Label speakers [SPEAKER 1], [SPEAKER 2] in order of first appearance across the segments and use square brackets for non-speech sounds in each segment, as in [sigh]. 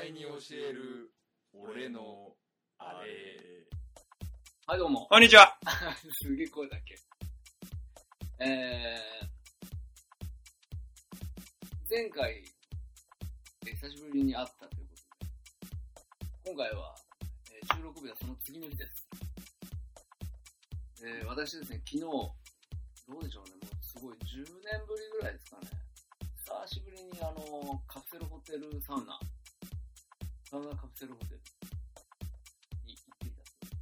[SPEAKER 1] える俺のあれ
[SPEAKER 2] はい、どうも。
[SPEAKER 3] こんにちは。
[SPEAKER 2] すげえ声だけ。えー、前回、え久しぶりに会ったということで、今回は、えー収録日はその次の日です。えー、私ですね、昨日、どうでしょうね、もうすごい10年ぶりぐらいですかね、久しぶりにあの、カプセルホテルサウナ、サウナカプセルホテルに行ってきたんですよ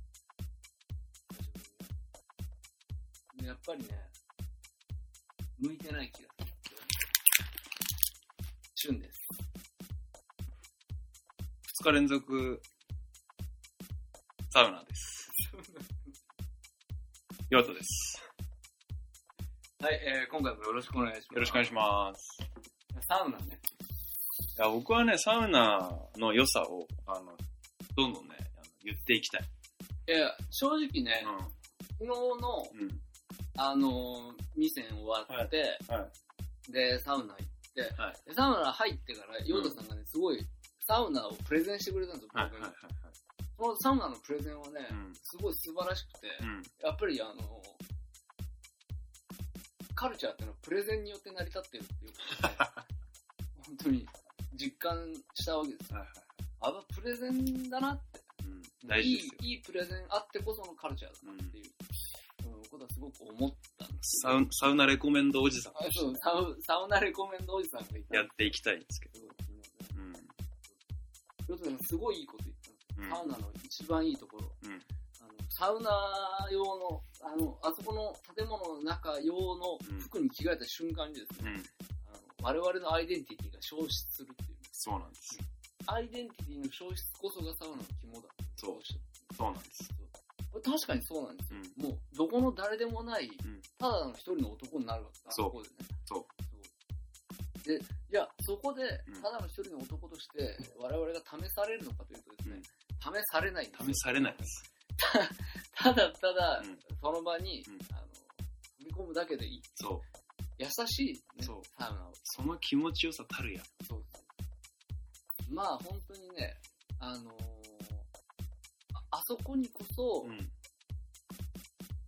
[SPEAKER 2] 久しぶりにねでやっぱりね、向いてない気がする。旬です。
[SPEAKER 3] 2日連続、サウナです。 [laughs] ヨトです。
[SPEAKER 2] はい、えー、今回もよろしくお願いします。
[SPEAKER 3] よろしくお願い
[SPEAKER 2] し
[SPEAKER 3] します。
[SPEAKER 2] ます。サウナね。
[SPEAKER 3] いや、僕はね、サウナの良さを、あの、どんどんね、あの言っていきたい。
[SPEAKER 2] いや、正直ね、昨日の、
[SPEAKER 3] うん。うん。
[SPEAKER 2] あのー、店終わって、
[SPEAKER 3] はいは
[SPEAKER 2] で、サウナ行って、
[SPEAKER 3] はい
[SPEAKER 2] でサウナ入ってから、ヨータさんがね、すごい、サウナをプレゼンしてくれたんですよ、
[SPEAKER 3] はい、はい、
[SPEAKER 2] 僕に。
[SPEAKER 3] はい。
[SPEAKER 2] そのサウナのプレゼンはね、
[SPEAKER 3] うん。
[SPEAKER 2] すごい素晴らしくて、
[SPEAKER 3] うん。
[SPEAKER 2] やっぱりあのー、カルチャーってのはプレゼンによって成り立ってるっていうことをね本当に実感したわけですよ。
[SPEAKER 3] はい、はい。
[SPEAKER 2] あ、やっぱプレゼンだなって。
[SPEAKER 3] うん。大事ですよ。
[SPEAKER 2] いい、いいプレゼンあってこそのカルチャーだなっていう、うんことはすごく思ったんです
[SPEAKER 3] サウサウナレコメンドおじさん
[SPEAKER 2] あそうサウサウナレコメンドおじさんがいた
[SPEAKER 3] や
[SPEAKER 2] ん
[SPEAKER 3] っ
[SPEAKER 2] で
[SPEAKER 3] ていきたいんですけど。
[SPEAKER 2] すごい昨日ね要
[SPEAKER 3] うん。
[SPEAKER 2] するにすごいいいこと言ったんです
[SPEAKER 3] うん。
[SPEAKER 2] サウナの一番いいところ、
[SPEAKER 3] うん
[SPEAKER 2] あのサウナ用のあのあそこの建物の中用の服に着替えた瞬間にですね、
[SPEAKER 3] うん。
[SPEAKER 2] あの我々のアイデンティティが消失するっていう。
[SPEAKER 3] そうなんです。
[SPEAKER 2] アイデンティティの消失こそがサウナの肝だって。
[SPEAKER 3] そう
[SPEAKER 2] して
[SPEAKER 3] そうなんです。
[SPEAKER 2] これ確かにそうなんですよ。
[SPEAKER 3] うん。
[SPEAKER 2] もう、どこの誰でもない
[SPEAKER 3] うん、
[SPEAKER 2] ただの一人の男になるわけだ。
[SPEAKER 3] そう
[SPEAKER 2] あこでね。
[SPEAKER 3] そう
[SPEAKER 2] そう。で、じゃあ、そこで
[SPEAKER 3] う、ん
[SPEAKER 2] ただの一人の男として、我々が試されるのかというとですね、試されないんですよ
[SPEAKER 3] 試されないです。
[SPEAKER 2] ただただ
[SPEAKER 3] うん、
[SPEAKER 2] その場に
[SPEAKER 3] うん、
[SPEAKER 2] あの、踏み込むだけでいい。
[SPEAKER 3] そう。
[SPEAKER 2] 優しいね、サ
[SPEAKER 3] そう
[SPEAKER 2] ウナを。
[SPEAKER 3] その気持ちよさたるや。
[SPEAKER 2] そうです。まあ本当にね、あのーああそこにこそ、
[SPEAKER 3] うん。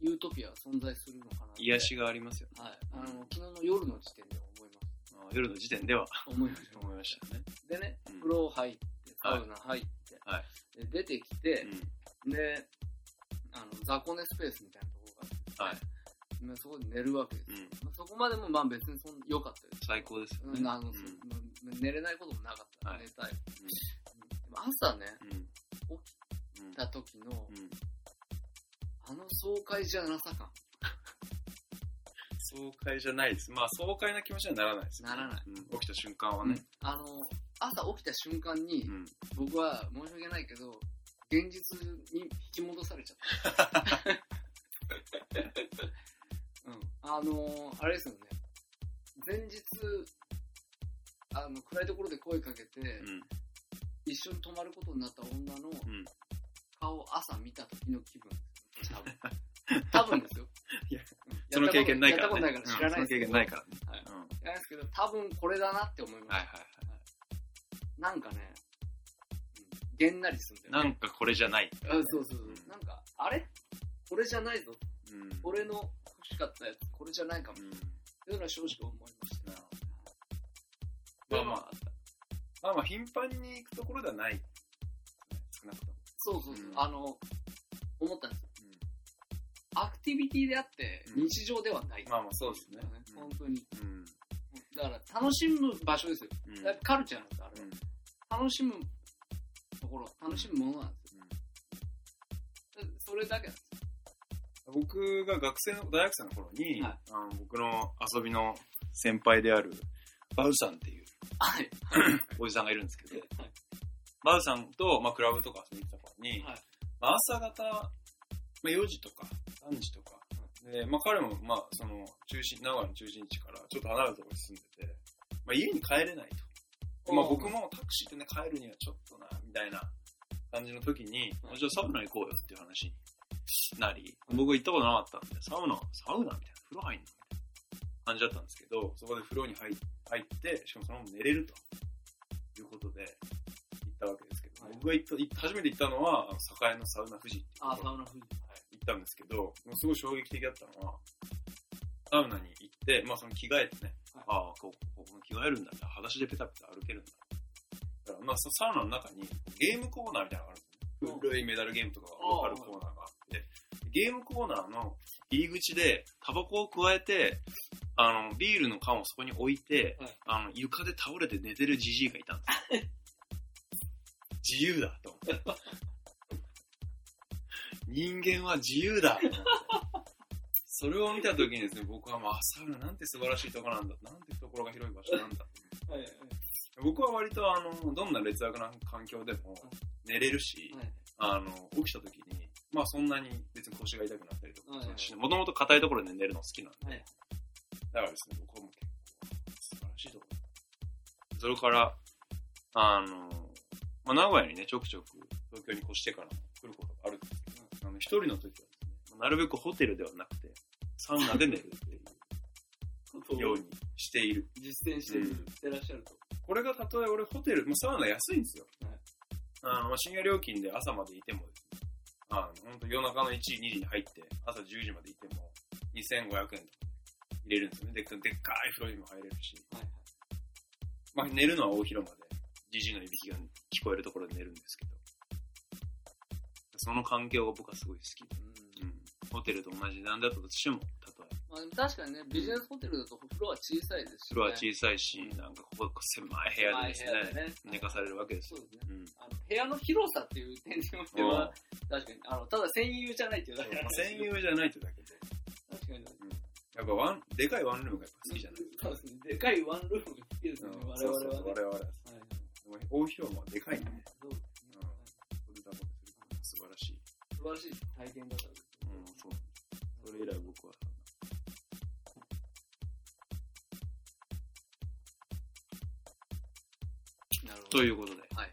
[SPEAKER 2] ユートピアは存在するのかなって
[SPEAKER 3] 癒。しがありますよね。
[SPEAKER 2] はい。あの、昨日の夜の時点で思いま
[SPEAKER 3] あ夜の時点では、
[SPEAKER 2] す。思いました。
[SPEAKER 3] 思いましたね。
[SPEAKER 2] でね、
[SPEAKER 3] うん
[SPEAKER 2] 風呂入って、サウナ入って、
[SPEAKER 3] はい
[SPEAKER 2] で出てきて、
[SPEAKER 3] う
[SPEAKER 2] で、あの、雑魚寝スペースみたいなところがあってですね、まあそこで寝るわけです。
[SPEAKER 3] ん。うん。
[SPEAKER 2] まあそこまでもまあ別にそん良かったです。
[SPEAKER 3] 最高ですよ
[SPEAKER 2] う
[SPEAKER 3] ね。
[SPEAKER 2] んあの、
[SPEAKER 3] うん
[SPEAKER 2] そうん寝れないこともなかった。
[SPEAKER 3] はい
[SPEAKER 2] 寝たい。うんでも朝ね、
[SPEAKER 3] うん。う
[SPEAKER 2] 行
[SPEAKER 3] ん
[SPEAKER 2] った時の
[SPEAKER 3] う、ん。
[SPEAKER 2] あの爽快じゃなさ感。
[SPEAKER 3] 爽快じゃないです。まあ、爽快な気持ちにはならないですよね。
[SPEAKER 2] ならない
[SPEAKER 3] うん。起きた瞬間はね。
[SPEAKER 2] あの、朝起きた瞬間に、
[SPEAKER 3] うん。
[SPEAKER 2] 僕は申し訳ないけど、現実に引き戻されちゃ
[SPEAKER 3] [laughs]
[SPEAKER 2] った。うん。あのーあれですよね。前日、あの、暗いところで声かけて、
[SPEAKER 3] うん。
[SPEAKER 2] 一緒に泊まることになった女の
[SPEAKER 3] うん
[SPEAKER 2] 顔を朝見た時の気
[SPEAKER 3] [laughs]
[SPEAKER 2] 分。多分。多分ですよ。
[SPEAKER 3] いや
[SPEAKER 2] うん
[SPEAKER 3] その経験ないか
[SPEAKER 2] やった
[SPEAKER 3] ら
[SPEAKER 2] ことな
[SPEAKER 3] ね。
[SPEAKER 2] いから知らない
[SPEAKER 3] うんそ
[SPEAKER 2] ですけど。
[SPEAKER 3] の経験ないからね。
[SPEAKER 2] はい
[SPEAKER 3] うん。
[SPEAKER 2] 知らないですけど、多分これだなって思いま
[SPEAKER 3] はい
[SPEAKER 2] し
[SPEAKER 3] はいは
[SPEAKER 2] た。なんかね、うんげんなりするん
[SPEAKER 3] い。
[SPEAKER 2] だよ
[SPEAKER 3] な
[SPEAKER 2] ね。
[SPEAKER 3] んかこれじゃない。
[SPEAKER 2] あそうそうそう。
[SPEAKER 3] うん
[SPEAKER 2] なんか、あれこれじゃないぞ。
[SPEAKER 3] うん。
[SPEAKER 2] 俺の欲しかったやつ、これじゃないかも。
[SPEAKER 3] う
[SPEAKER 2] と
[SPEAKER 3] ん。
[SPEAKER 2] いうのは正直思いました。
[SPEAKER 3] なるほど。まあまあ、まあまあ、頻繁に行くところではない。少なくとも。
[SPEAKER 2] そうそうそう。
[SPEAKER 3] うん
[SPEAKER 2] あの、思ったんですよ。アクティビティであって、
[SPEAKER 3] うん
[SPEAKER 2] 日常ではない。
[SPEAKER 3] まあまあ、そうですね。
[SPEAKER 2] 本当に。
[SPEAKER 3] うん。
[SPEAKER 2] だから、楽しむ場所ですよ。
[SPEAKER 3] うん。
[SPEAKER 2] だからカルチャーなんです、あれ
[SPEAKER 3] う
[SPEAKER 2] は
[SPEAKER 3] ん。
[SPEAKER 2] 楽しむところ、楽しむものなんですよ。だそれだけなんです
[SPEAKER 3] 僕が学生の、大学生の頃に、
[SPEAKER 2] はい
[SPEAKER 3] あの僕の遊びの先輩である、バウさんっていう
[SPEAKER 2] はい。
[SPEAKER 3] おじさんがいるんですけど、
[SPEAKER 2] はい
[SPEAKER 3] バウさんと、まあ、クラブとか遊びに行ってた頃に、
[SPEAKER 2] はい
[SPEAKER 3] まあ、朝方、まあ、4時とか3時とか、で、まあ、彼も、まあ、その、中心、名古屋の中心地からちょっと離れたところに住んでて、まあ、家に帰れないと。まあ、僕もタクシーでね、帰るにはちょっとな、みたいな感じの時に、
[SPEAKER 2] はい
[SPEAKER 3] じゃあサウナ行こうよっていう話になり、僕行ったことなかったんで、サウナ、サウナみたいな、風呂入んのみたいな感じだったんですけど、そこで風呂に入入って、しかもそのまま寝れるということで、行っったわけですけど、
[SPEAKER 2] はい
[SPEAKER 3] 僕が行った行った初めて行ったのは、あの栄のサウナ富士っていうとこ
[SPEAKER 2] あ、サウナ富士。はい。
[SPEAKER 3] 行ったんですけど、もうすごい衝撃的だったのは、サウナに行って、まあその着替えてね、
[SPEAKER 2] はい
[SPEAKER 3] ああ、こうここの着替えるんだって、裸足でペタペタ歩けるんだ。だからまあそのサウナの中にゲームコーナーみたいなのがあるんですよ。古いメダルゲームとかがあるコーナーがあって、ゲームコーナーの入り口でタバコを加えて、あの、ビールの缶をそこに置いて、
[SPEAKER 2] はい
[SPEAKER 3] あの、床で倒れて寝てるジジイがいたん
[SPEAKER 2] [laughs]
[SPEAKER 3] ですよ。自由だと思って。人間は自由だと思って。それを見た時にですね、僕はまあ、サウナなんて素晴らしいとこなんだ、なんて懐が広い場所なんだ。
[SPEAKER 2] はい。はい。
[SPEAKER 3] 僕は割とあの、どんな劣悪な環境でも寝れるし、あの、起きた時に、まあそんなに別に腰が痛くなったりとか
[SPEAKER 2] はいはい
[SPEAKER 3] もともと硬いところで寝るの好きなんで、
[SPEAKER 2] はい
[SPEAKER 3] だからですね、僕はもう結構素晴らしいところだそれから、あの、まあ名古屋にね、ちょくちょく東京に越してからも来ることがあるんですけど、あの、一人の時はですね、なるべくホテルではなくて、サウナで寝るっていう
[SPEAKER 2] こと
[SPEAKER 3] よう
[SPEAKER 2] を
[SPEAKER 3] にしている。
[SPEAKER 2] 実践してる、
[SPEAKER 3] うん
[SPEAKER 2] してらっしゃると。
[SPEAKER 3] これがたとえ俺ホテル、もうサウナ安いんですよ。
[SPEAKER 2] はい
[SPEAKER 3] あの、まあ深夜料金で朝までいてもですね、あの、本当夜中の1時、2時に入って、朝10時までいても、2500円とかで入れるんですよね。で、でっかい風呂にも入れるし、
[SPEAKER 2] はい。
[SPEAKER 3] まあ寝るのは大広間で、じじいのいびきが聞こえるところで寝るんですけど、その環境が僕はすごい好きで、うん。ホテルと同じなんだったとしても、たとえ、
[SPEAKER 2] まあでも確かにね、ビジネスホテルだとフロア小さいですし、ね。
[SPEAKER 3] 風呂は小さいし、なんかここ狭い部屋でです
[SPEAKER 2] 狭い部屋
[SPEAKER 3] ね、
[SPEAKER 2] でね。
[SPEAKER 3] 寝かされるわけです
[SPEAKER 2] そ
[SPEAKER 3] よ。
[SPEAKER 2] うですね。
[SPEAKER 3] うん。
[SPEAKER 2] あの、部屋の広さっていう点においては、確かに、あの、ただ専用じゃないっていうだけなんですけ
[SPEAKER 3] 専
[SPEAKER 2] ど
[SPEAKER 3] 用じゃないってだけで、
[SPEAKER 2] 確かに。
[SPEAKER 3] やっぱワン、でかいワンルームがやっぱ好きじゃないです
[SPEAKER 2] そ
[SPEAKER 3] か。
[SPEAKER 2] うですね。でかいワンルームが好きですね、
[SPEAKER 3] うん
[SPEAKER 2] 我々はね。
[SPEAKER 3] そうそう我
[SPEAKER 2] は
[SPEAKER 3] 々は。
[SPEAKER 2] い。
[SPEAKER 3] 大広間はでかいんで、
[SPEAKER 2] そうですね。
[SPEAKER 3] うんそれだと素晴らしい。
[SPEAKER 2] 素晴らしい体験だからです。
[SPEAKER 3] うん、そう。それ以来僕は、
[SPEAKER 2] なるほど。
[SPEAKER 3] ということで、
[SPEAKER 2] はい。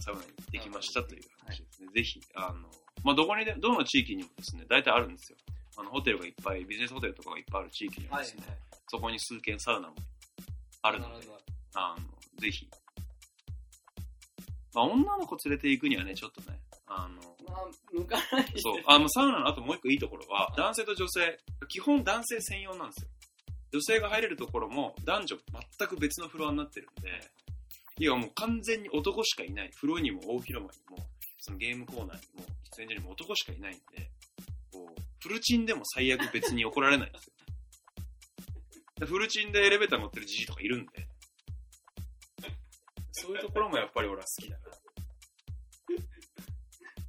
[SPEAKER 3] サウナに行ってきましたという話ですね。ぜひ、あの、まあ、どこにで、どの地域にもですね、大体あるんですよ。あの、ホテルがいっぱい、ビジネスホテルとかがいっぱいある地域には
[SPEAKER 2] はい。は
[SPEAKER 3] で
[SPEAKER 2] い
[SPEAKER 3] すね、そこに数軒サウナもあるので、あの、ぜひ。まあ、女の子連れて行くにはね、ちょっとね、あの、
[SPEAKER 2] まあ、向かないです
[SPEAKER 3] [laughs] そう。あの、サウナの後もう一個いいところは、男性と女性、基本男性専用なんですよ。女性が入れるところも男女全く別のフロアになってるんで、いやもう完全に男しかいない。風呂にも大広間にも、そのゲームコーナーにも、喫煙所にも男しかいないんで、こう、フルチンでも最悪別に怒られないん [laughs] ですよ。でフルチンでエレベーター乗ってるじじいとかいるんで、そういうところもやっぱり俺は好きだな。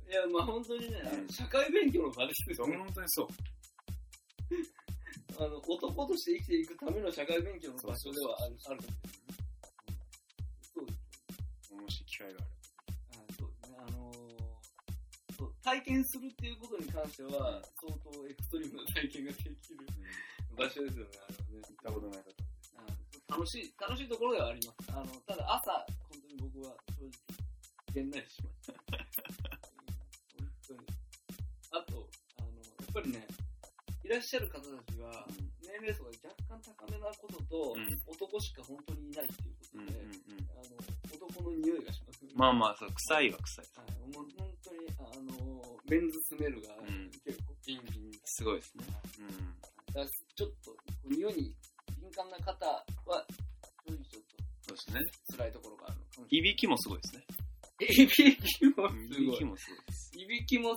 [SPEAKER 2] いや、まあ本当にね、あ
[SPEAKER 3] うん
[SPEAKER 2] の社会勉強の場ですよね。
[SPEAKER 3] 本当にそう。
[SPEAKER 2] あの、男として生きていくための社会勉強の場所ではある、あると思うんですよね。
[SPEAKER 3] もし機会があれば。
[SPEAKER 2] そうです。あそうですね。あのーそう、体験するっていうことに関しては、相当エクストリームな体験ができる
[SPEAKER 3] うん
[SPEAKER 2] 場所ですよね、あのね。
[SPEAKER 3] 行ったことない方。
[SPEAKER 2] あの楽しい、楽しいところではあります。あの、ただ朝、本当に僕は正直、げんなりしました。うん本当に。あと、あの、やっぱりね、いらっしゃる方たちが、年齢層が若干高めなことと、
[SPEAKER 3] うん
[SPEAKER 2] 男しか本当にいないっていうこ
[SPEAKER 3] うん
[SPEAKER 2] と
[SPEAKER 3] うん
[SPEAKER 2] で、
[SPEAKER 3] うん
[SPEAKER 2] あの、男の匂いがします、
[SPEAKER 3] まあまあそう、臭いは臭い。
[SPEAKER 2] はい、もう本当に、あの、メンズスメルが
[SPEAKER 3] うん
[SPEAKER 2] 結構ギンギンです
[SPEAKER 3] すごいですね。
[SPEAKER 2] ね。
[SPEAKER 3] うん。
[SPEAKER 2] だからちょっと、こう匂いに敏感な方は、正直ちょっと、
[SPEAKER 3] そうですね。
[SPEAKER 2] 辛いところがあるのかもし
[SPEAKER 3] いびきもすごいですね。
[SPEAKER 2] れない。いびきもす
[SPEAKER 3] いび
[SPEAKER 2] ご
[SPEAKER 3] き
[SPEAKER 2] い。
[SPEAKER 3] もすごいです。
[SPEAKER 2] いびきも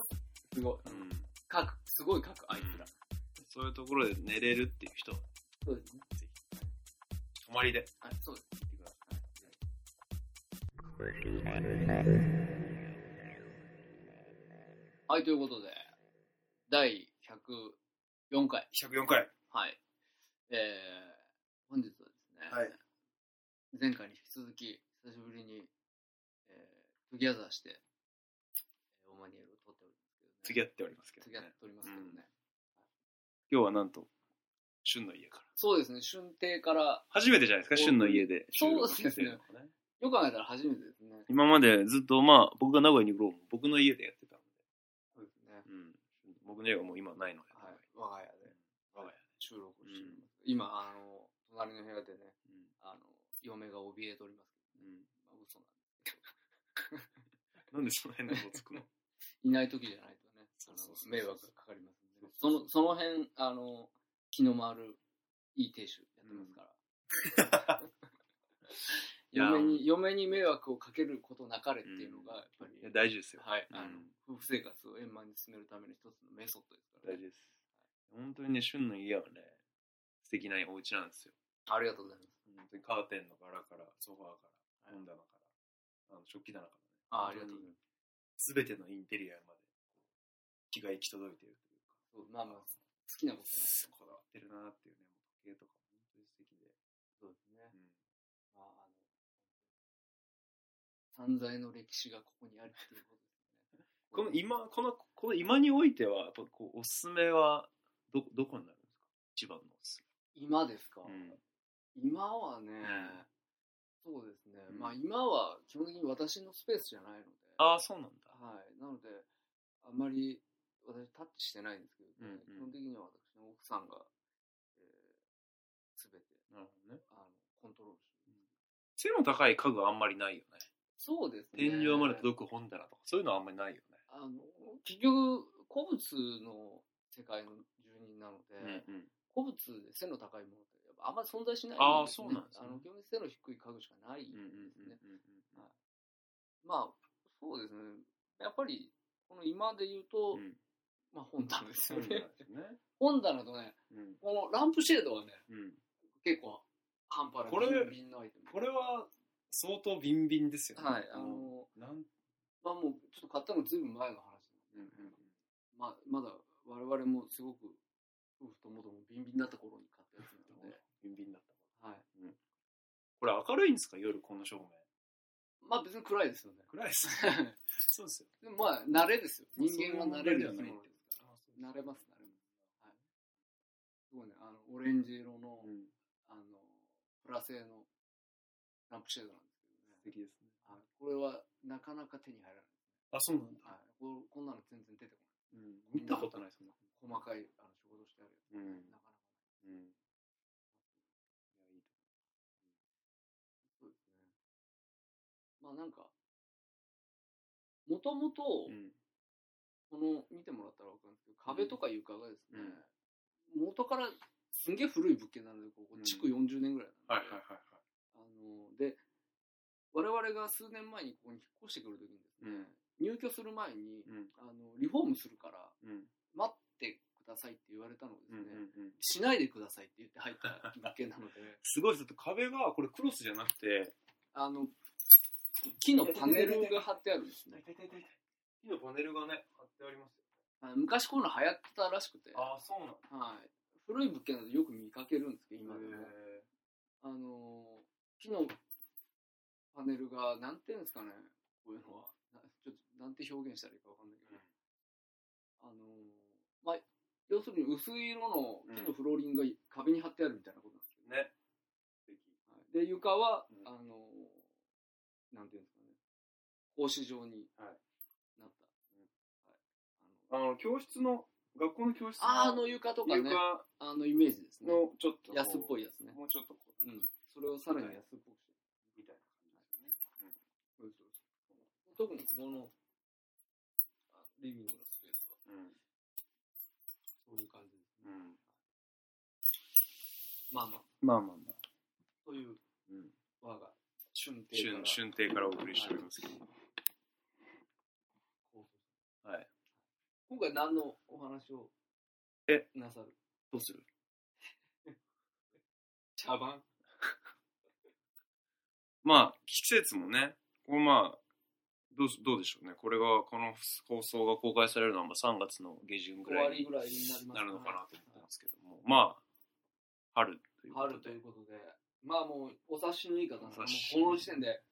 [SPEAKER 2] すごい。
[SPEAKER 3] うん。
[SPEAKER 2] かく、すごいかく、あいつら。
[SPEAKER 3] そういうところで寝れるっていう人、泊
[SPEAKER 2] そうですね。
[SPEAKER 3] まりで
[SPEAKER 2] はい、そうです。
[SPEAKER 3] 行ってください。
[SPEAKER 2] はい、ということで、第104回。
[SPEAKER 3] 104回。
[SPEAKER 2] はい。えー、本日はですね、
[SPEAKER 3] はい
[SPEAKER 2] 前回に引き続き、久しぶりに、えー、トゥギャザーして、えーオマニエルを撮っておりますけどね。
[SPEAKER 3] 付き合っておりますけど
[SPEAKER 2] トゥギャザー
[SPEAKER 3] ね。
[SPEAKER 2] っておりますけどね。
[SPEAKER 3] うん今日はなんと、旬の家から。
[SPEAKER 2] そうですね、春亭から、
[SPEAKER 3] 初めてじゃないですか、旬の家で収録
[SPEAKER 2] そうですね
[SPEAKER 3] してるのがね。
[SPEAKER 2] よく考えたら初めてですね。
[SPEAKER 3] 今までずっと、まあ、僕が名古屋にいる頃も僕の家でやってたん
[SPEAKER 2] そうですね。
[SPEAKER 3] で。うん。僕の家はもう今ないので。
[SPEAKER 2] はい、我が家で。
[SPEAKER 3] 我が家
[SPEAKER 2] 収録をしております。今、あの、隣の部屋でね、
[SPEAKER 3] うん
[SPEAKER 2] あの、嫁が怯えておりますけど、
[SPEAKER 3] うん。
[SPEAKER 2] まあ、嘘なんで
[SPEAKER 3] [laughs] なんでその変なこ
[SPEAKER 2] [laughs]
[SPEAKER 3] とつくの
[SPEAKER 2] いない時じゃないとね、あ
[SPEAKER 3] そうそうそうそう
[SPEAKER 2] の迷惑がかかりますんで、その、その辺、あの、気の回るいい亭主やってますから。
[SPEAKER 3] い [laughs] や
[SPEAKER 2] 嫁に、嫁に迷惑をかけることなかれっていうのが、やっぱり、
[SPEAKER 1] いや大事ですよ。
[SPEAKER 2] はい、
[SPEAKER 3] うん
[SPEAKER 2] あの、夫婦生活を円満に進めるための一つのメソッドですからね、
[SPEAKER 3] 大事です。本当にね、旬の家はね、素敵なお家なんですよ。
[SPEAKER 2] ありがとうございます。
[SPEAKER 3] 本当にカーテンの柄から、ソファーから、本棚から、あの食器棚から、ね、
[SPEAKER 2] あありがとうございます。
[SPEAKER 3] すべてのインテリアまで、気が行き届いているというか、
[SPEAKER 2] そうまあまあ、好きなことなんです
[SPEAKER 3] こだわってるなっていうね、時計とかも本当に素敵で。
[SPEAKER 2] そうですね。
[SPEAKER 3] うん
[SPEAKER 2] まあ、あの、散財の歴史がここにあるっていうことですね。
[SPEAKER 3] [laughs] この今、この、この今においては、やっぱこう、おすすめは、ど、どこになるんですか一番のおすす
[SPEAKER 2] 今ですか、
[SPEAKER 3] め。うん。
[SPEAKER 2] 今はね、
[SPEAKER 3] ん
[SPEAKER 2] そうですね、
[SPEAKER 3] うん
[SPEAKER 2] まあ今は基本的に私のスペースじゃないので、
[SPEAKER 3] ああ、そうなんだ。
[SPEAKER 2] はい、なので、あんまり私タッチしてないんですけど、ね
[SPEAKER 3] うんうん
[SPEAKER 2] 基本的には私の奥さんが、えー、全て
[SPEAKER 3] なるほどね。
[SPEAKER 2] あのコントロールしてる、
[SPEAKER 3] 背の高い家具はあんまりないよね。
[SPEAKER 2] そうですね。
[SPEAKER 3] 天井まで届く本棚とか、そういうのはあんまりないよ
[SPEAKER 2] あの結局、古物の世界の住人なので、
[SPEAKER 3] ね。うんうん。
[SPEAKER 2] 古物で背の高いものってやっぱあんまり存在しない
[SPEAKER 3] あーそうなんですね
[SPEAKER 2] あの基本的に背の低い家具しかないん
[SPEAKER 3] う
[SPEAKER 2] で
[SPEAKER 3] んうんうん
[SPEAKER 2] すね。
[SPEAKER 3] うん
[SPEAKER 2] まあ、そうですね。やっぱり、この今で言うと、
[SPEAKER 3] うん。
[SPEAKER 2] まあ本棚です
[SPEAKER 3] そう
[SPEAKER 2] よ
[SPEAKER 3] なん
[SPEAKER 2] ね。
[SPEAKER 3] ですよね。
[SPEAKER 2] 本棚とね、
[SPEAKER 3] うん。
[SPEAKER 2] このランプシェードはね、
[SPEAKER 3] うん。
[SPEAKER 2] 結構半端ない。
[SPEAKER 3] これ
[SPEAKER 2] ビンビンのアイテム
[SPEAKER 3] これは、相当ビンビンですよね。
[SPEAKER 2] はい、あの、
[SPEAKER 3] なん、うん
[SPEAKER 2] まあもう、ちょっと買ったのずいぶん前の話。
[SPEAKER 3] うんうん。
[SPEAKER 2] まあ、まだ我々もすごく、夫婦ともどもビンビンだった頃に買ったやつなので、
[SPEAKER 3] ビンビンだった。
[SPEAKER 2] はい。
[SPEAKER 3] これ明るいんですか夜、この照明。
[SPEAKER 2] まあ別に暗いですよね。
[SPEAKER 3] 暗いですね。そうですよ。
[SPEAKER 2] でもまあ、慣れですよ。
[SPEAKER 3] そう
[SPEAKER 2] 人間は慣れる
[SPEAKER 3] そういう問題ではない
[SPEAKER 2] 生き物ですから。慣れます、慣れます。はい。すごいね、あの、オレンジ色の、
[SPEAKER 3] うん。
[SPEAKER 2] あの、プラ製のランプシェードなんですけ
[SPEAKER 3] 素
[SPEAKER 2] どね。
[SPEAKER 3] 敵ですね。
[SPEAKER 2] はい、これはなかなか手に入らない。
[SPEAKER 3] あ、そうなんだ。
[SPEAKER 2] はい、ここんなの全然出てこ
[SPEAKER 3] うん。見たことない、そんな。
[SPEAKER 2] ない。細かいあの仕事してあるやつ。
[SPEAKER 3] うん
[SPEAKER 2] なかなか
[SPEAKER 3] うん。いや、いい
[SPEAKER 2] そうですね。まあなんか、もともと、
[SPEAKER 3] と。
[SPEAKER 2] こ
[SPEAKER 3] ん。
[SPEAKER 2] の、見てもらったらわかるんですけど、壁とか床がですね、
[SPEAKER 3] うん
[SPEAKER 2] 元からすんげえ古い物件なので、ここ、築40年ぐらい
[SPEAKER 3] は
[SPEAKER 2] ないんで、
[SPEAKER 3] はいはいはい。
[SPEAKER 2] あの、で、我々が数年前にここに引っ越してくるときにですね、入居する前に、
[SPEAKER 3] うん。
[SPEAKER 2] あの、リフォームするから、
[SPEAKER 3] うん。
[SPEAKER 2] 待ってくださいって言われたの
[SPEAKER 3] う
[SPEAKER 2] で
[SPEAKER 3] ん
[SPEAKER 2] すね、
[SPEAKER 3] うん。
[SPEAKER 2] しないでくださいって言って入った物件な
[SPEAKER 3] [laughs]
[SPEAKER 2] ので、
[SPEAKER 3] すごい、ちょっと壁が、これクロスじゃなくて、
[SPEAKER 2] あの、木のパネルが貼ってあるん
[SPEAKER 3] [laughs]
[SPEAKER 2] ですね。
[SPEAKER 3] 木のパネルがね、貼ってありますよ。
[SPEAKER 2] あの昔こういうの流行ってたらしくて、は
[SPEAKER 3] ああ、そうなんだ。
[SPEAKER 2] い、古い物件なのでよく見かけるんですけど、今でも。
[SPEAKER 3] へ
[SPEAKER 2] あのー木のパネルが、なんていうんですかね、こういうのは。なちょっと、なんて表現したらいいかわかんないけど。あのーまあ、要するに薄い色の木のフローリングが壁に貼ってあるみたいなことなんですけど
[SPEAKER 3] え。ね。素敵。
[SPEAKER 2] はいで、床は、
[SPEAKER 3] うん
[SPEAKER 2] あのーなんていうんですかね、格子状に
[SPEAKER 3] はい
[SPEAKER 2] なった。
[SPEAKER 3] うん
[SPEAKER 2] はい
[SPEAKER 3] あの、教室の、学校の教室の、
[SPEAKER 2] あのあの床とかね、
[SPEAKER 3] 床
[SPEAKER 2] あのイメージですね。
[SPEAKER 3] の、ちょっとこう、
[SPEAKER 2] 安っぽいやつね。
[SPEAKER 3] もうちょっとこう、
[SPEAKER 2] うん。それをさらに安っぽくして。
[SPEAKER 3] みたいな感じですよね。
[SPEAKER 2] そうですそうです特にここのあリビングのスペースは、
[SPEAKER 3] うん。
[SPEAKER 2] そういう感じですね。
[SPEAKER 3] うん。
[SPEAKER 2] まあまあ、
[SPEAKER 3] まあまあまあ。
[SPEAKER 2] という
[SPEAKER 3] うん。
[SPEAKER 2] 我が春亭から
[SPEAKER 3] 春、春亭からお送りしておりますけど。
[SPEAKER 2] 放送
[SPEAKER 3] はい。
[SPEAKER 2] 今回何のお話を
[SPEAKER 3] え
[SPEAKER 2] なさる
[SPEAKER 3] どうする
[SPEAKER 2] 茶番
[SPEAKER 3] まあ、季節もね、こうまあ、どうしどうでしょうね。これが、この放送が公開されるのはまあ3月の下旬ぐ
[SPEAKER 2] 終
[SPEAKER 3] ら
[SPEAKER 2] わ
[SPEAKER 3] い
[SPEAKER 2] り
[SPEAKER 3] に
[SPEAKER 2] ぐらいになります
[SPEAKER 3] なるのかなと思ってますけども。まあ、春というこ
[SPEAKER 2] 春
[SPEAKER 3] と
[SPEAKER 2] と
[SPEAKER 3] で
[SPEAKER 2] いう。ことで、まあもうお察しのいい方なんで、
[SPEAKER 3] お
[SPEAKER 2] も
[SPEAKER 3] 察し
[SPEAKER 2] うこの時点で、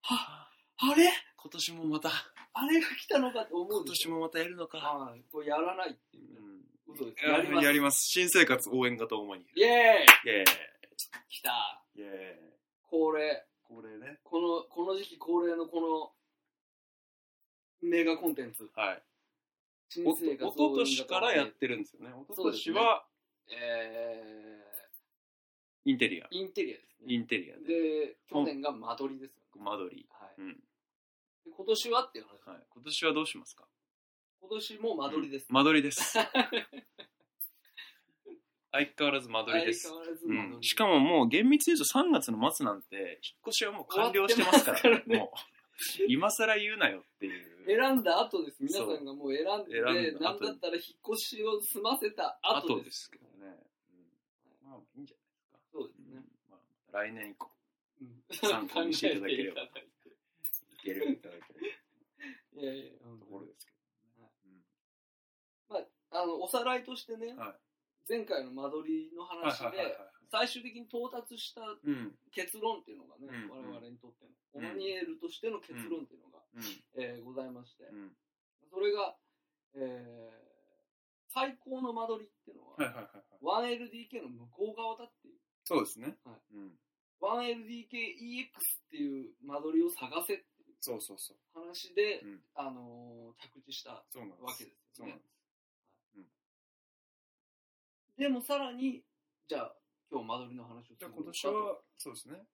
[SPEAKER 3] は
[SPEAKER 2] あれ
[SPEAKER 3] 今年もまた、
[SPEAKER 2] あれが来たのかと思
[SPEAKER 3] 今
[SPEAKER 2] うでし
[SPEAKER 3] 年
[SPEAKER 2] ょ。
[SPEAKER 3] もまたやるのか。
[SPEAKER 2] はい、これやらないっていううね。
[SPEAKER 3] ん
[SPEAKER 2] 嘘です。
[SPEAKER 3] や
[SPEAKER 2] や
[SPEAKER 3] り
[SPEAKER 2] り
[SPEAKER 3] ま。
[SPEAKER 2] ますす。
[SPEAKER 3] 新生活応援型を主に。
[SPEAKER 2] イエーイ
[SPEAKER 3] イェーイ。
[SPEAKER 2] 来た
[SPEAKER 3] イェーイ。
[SPEAKER 2] 恒例。
[SPEAKER 3] これね。
[SPEAKER 2] この、この時期恒例のこの、メガコンテンツ。
[SPEAKER 3] はい。
[SPEAKER 2] 新
[SPEAKER 3] おと
[SPEAKER 2] 生活
[SPEAKER 3] 一昨年からやってるんですよね。一昨年は
[SPEAKER 2] え
[SPEAKER 3] インテリア。
[SPEAKER 2] ー、インテリアです
[SPEAKER 3] イ
[SPEAKER 2] ね。
[SPEAKER 3] ンテリアで。
[SPEAKER 2] で、去年が間取りですよね。
[SPEAKER 3] 間取り。
[SPEAKER 2] はい。
[SPEAKER 3] うん。
[SPEAKER 2] で今年はっていう話。
[SPEAKER 3] はい、今年はどうしますか
[SPEAKER 2] 今年も間取りです。
[SPEAKER 3] 間取り
[SPEAKER 2] [laughs]
[SPEAKER 3] です。相変わらず間取りです
[SPEAKER 2] 相。変わらず
[SPEAKER 3] う
[SPEAKER 2] 間取り、
[SPEAKER 3] ん、しかももう厳密に言うと3月の末なんて引っ越しはもう完了してますから
[SPEAKER 2] 終わってますからね
[SPEAKER 3] もう今更言うなよっていう
[SPEAKER 2] 選んだ後です。皆さんがもう選ん
[SPEAKER 3] そう
[SPEAKER 2] で
[SPEAKER 3] 選、んだ
[SPEAKER 2] な
[SPEAKER 3] 後
[SPEAKER 2] ん
[SPEAKER 3] に
[SPEAKER 2] だったら引っ越しを済ませた後で
[SPEAKER 3] 後
[SPEAKER 2] す。
[SPEAKER 3] ですけどね、うんまあいいんじ
[SPEAKER 2] そうです
[SPEAKER 3] ゃない
[SPEAKER 2] ね
[SPEAKER 3] です。か、まあ、来年以降
[SPEAKER 2] うん
[SPEAKER 3] 参考にしていただけれ [laughs] ば
[SPEAKER 2] [laughs] 考えていただ
[SPEAKER 3] いけるいただける
[SPEAKER 2] いていやいや、
[SPEAKER 3] ところですけど、ね
[SPEAKER 2] あの、おさらいとしてね、
[SPEAKER 3] は
[SPEAKER 2] 前回の間取りの
[SPEAKER 3] うん、はい
[SPEAKER 2] 話
[SPEAKER 3] はいはいはい
[SPEAKER 2] で、最終的に到達した
[SPEAKER 3] うん
[SPEAKER 2] 結論っていうのがね、
[SPEAKER 3] うん
[SPEAKER 2] 我々にとっての、
[SPEAKER 3] うん
[SPEAKER 2] オナニエルとしての結論っていうのが、
[SPEAKER 3] うん
[SPEAKER 2] えーございまして、
[SPEAKER 3] うん
[SPEAKER 2] それが、えー最高の間取りっていうの
[SPEAKER 3] はいはい
[SPEAKER 2] は、
[SPEAKER 3] はいはい
[SPEAKER 2] 1LDK の向こう側だっていう。
[SPEAKER 3] そうですね、
[SPEAKER 2] は
[SPEAKER 3] うん、
[SPEAKER 2] 1LDKEX っていう間取りを探せっていう
[SPEAKER 3] そうそうそう
[SPEAKER 2] 話で、
[SPEAKER 3] うん
[SPEAKER 2] あのー着地したわ
[SPEAKER 3] そうなんです
[SPEAKER 2] けです
[SPEAKER 3] そ
[SPEAKER 2] よ
[SPEAKER 3] うなん
[SPEAKER 2] ね
[SPEAKER 3] で。
[SPEAKER 2] でもさらに、じゃあ、今日間取りの話をす
[SPEAKER 3] すじゃ
[SPEAKER 2] るの
[SPEAKER 3] あ
[SPEAKER 2] か
[SPEAKER 3] 今年はそうですね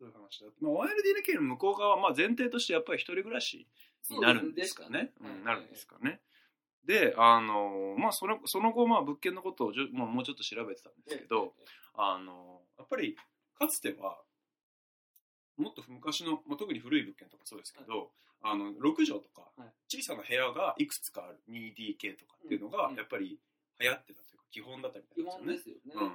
[SPEAKER 3] どういう話だまあ 1LDK の向こう側はまあ前提としてやっぱり一人暮らしになるんですかね。
[SPEAKER 2] そうですね
[SPEAKER 3] うんなるんですかね。で、あの、まあ、その、その後、まあ、物件のことをじょ、まあ、もうちょっと調べてたんですけど、、あの、やっぱり、かつては、もっと昔の、まあ、特に古い物件とかそうですけど、あの、6畳とか
[SPEAKER 2] はい、
[SPEAKER 3] 小さな部屋がいくつかある 2DK とかっていうのが
[SPEAKER 2] うん、
[SPEAKER 3] やっぱり流行ってたというか、基本だったみたい
[SPEAKER 2] 基
[SPEAKER 3] なんですよ
[SPEAKER 2] 本
[SPEAKER 3] ね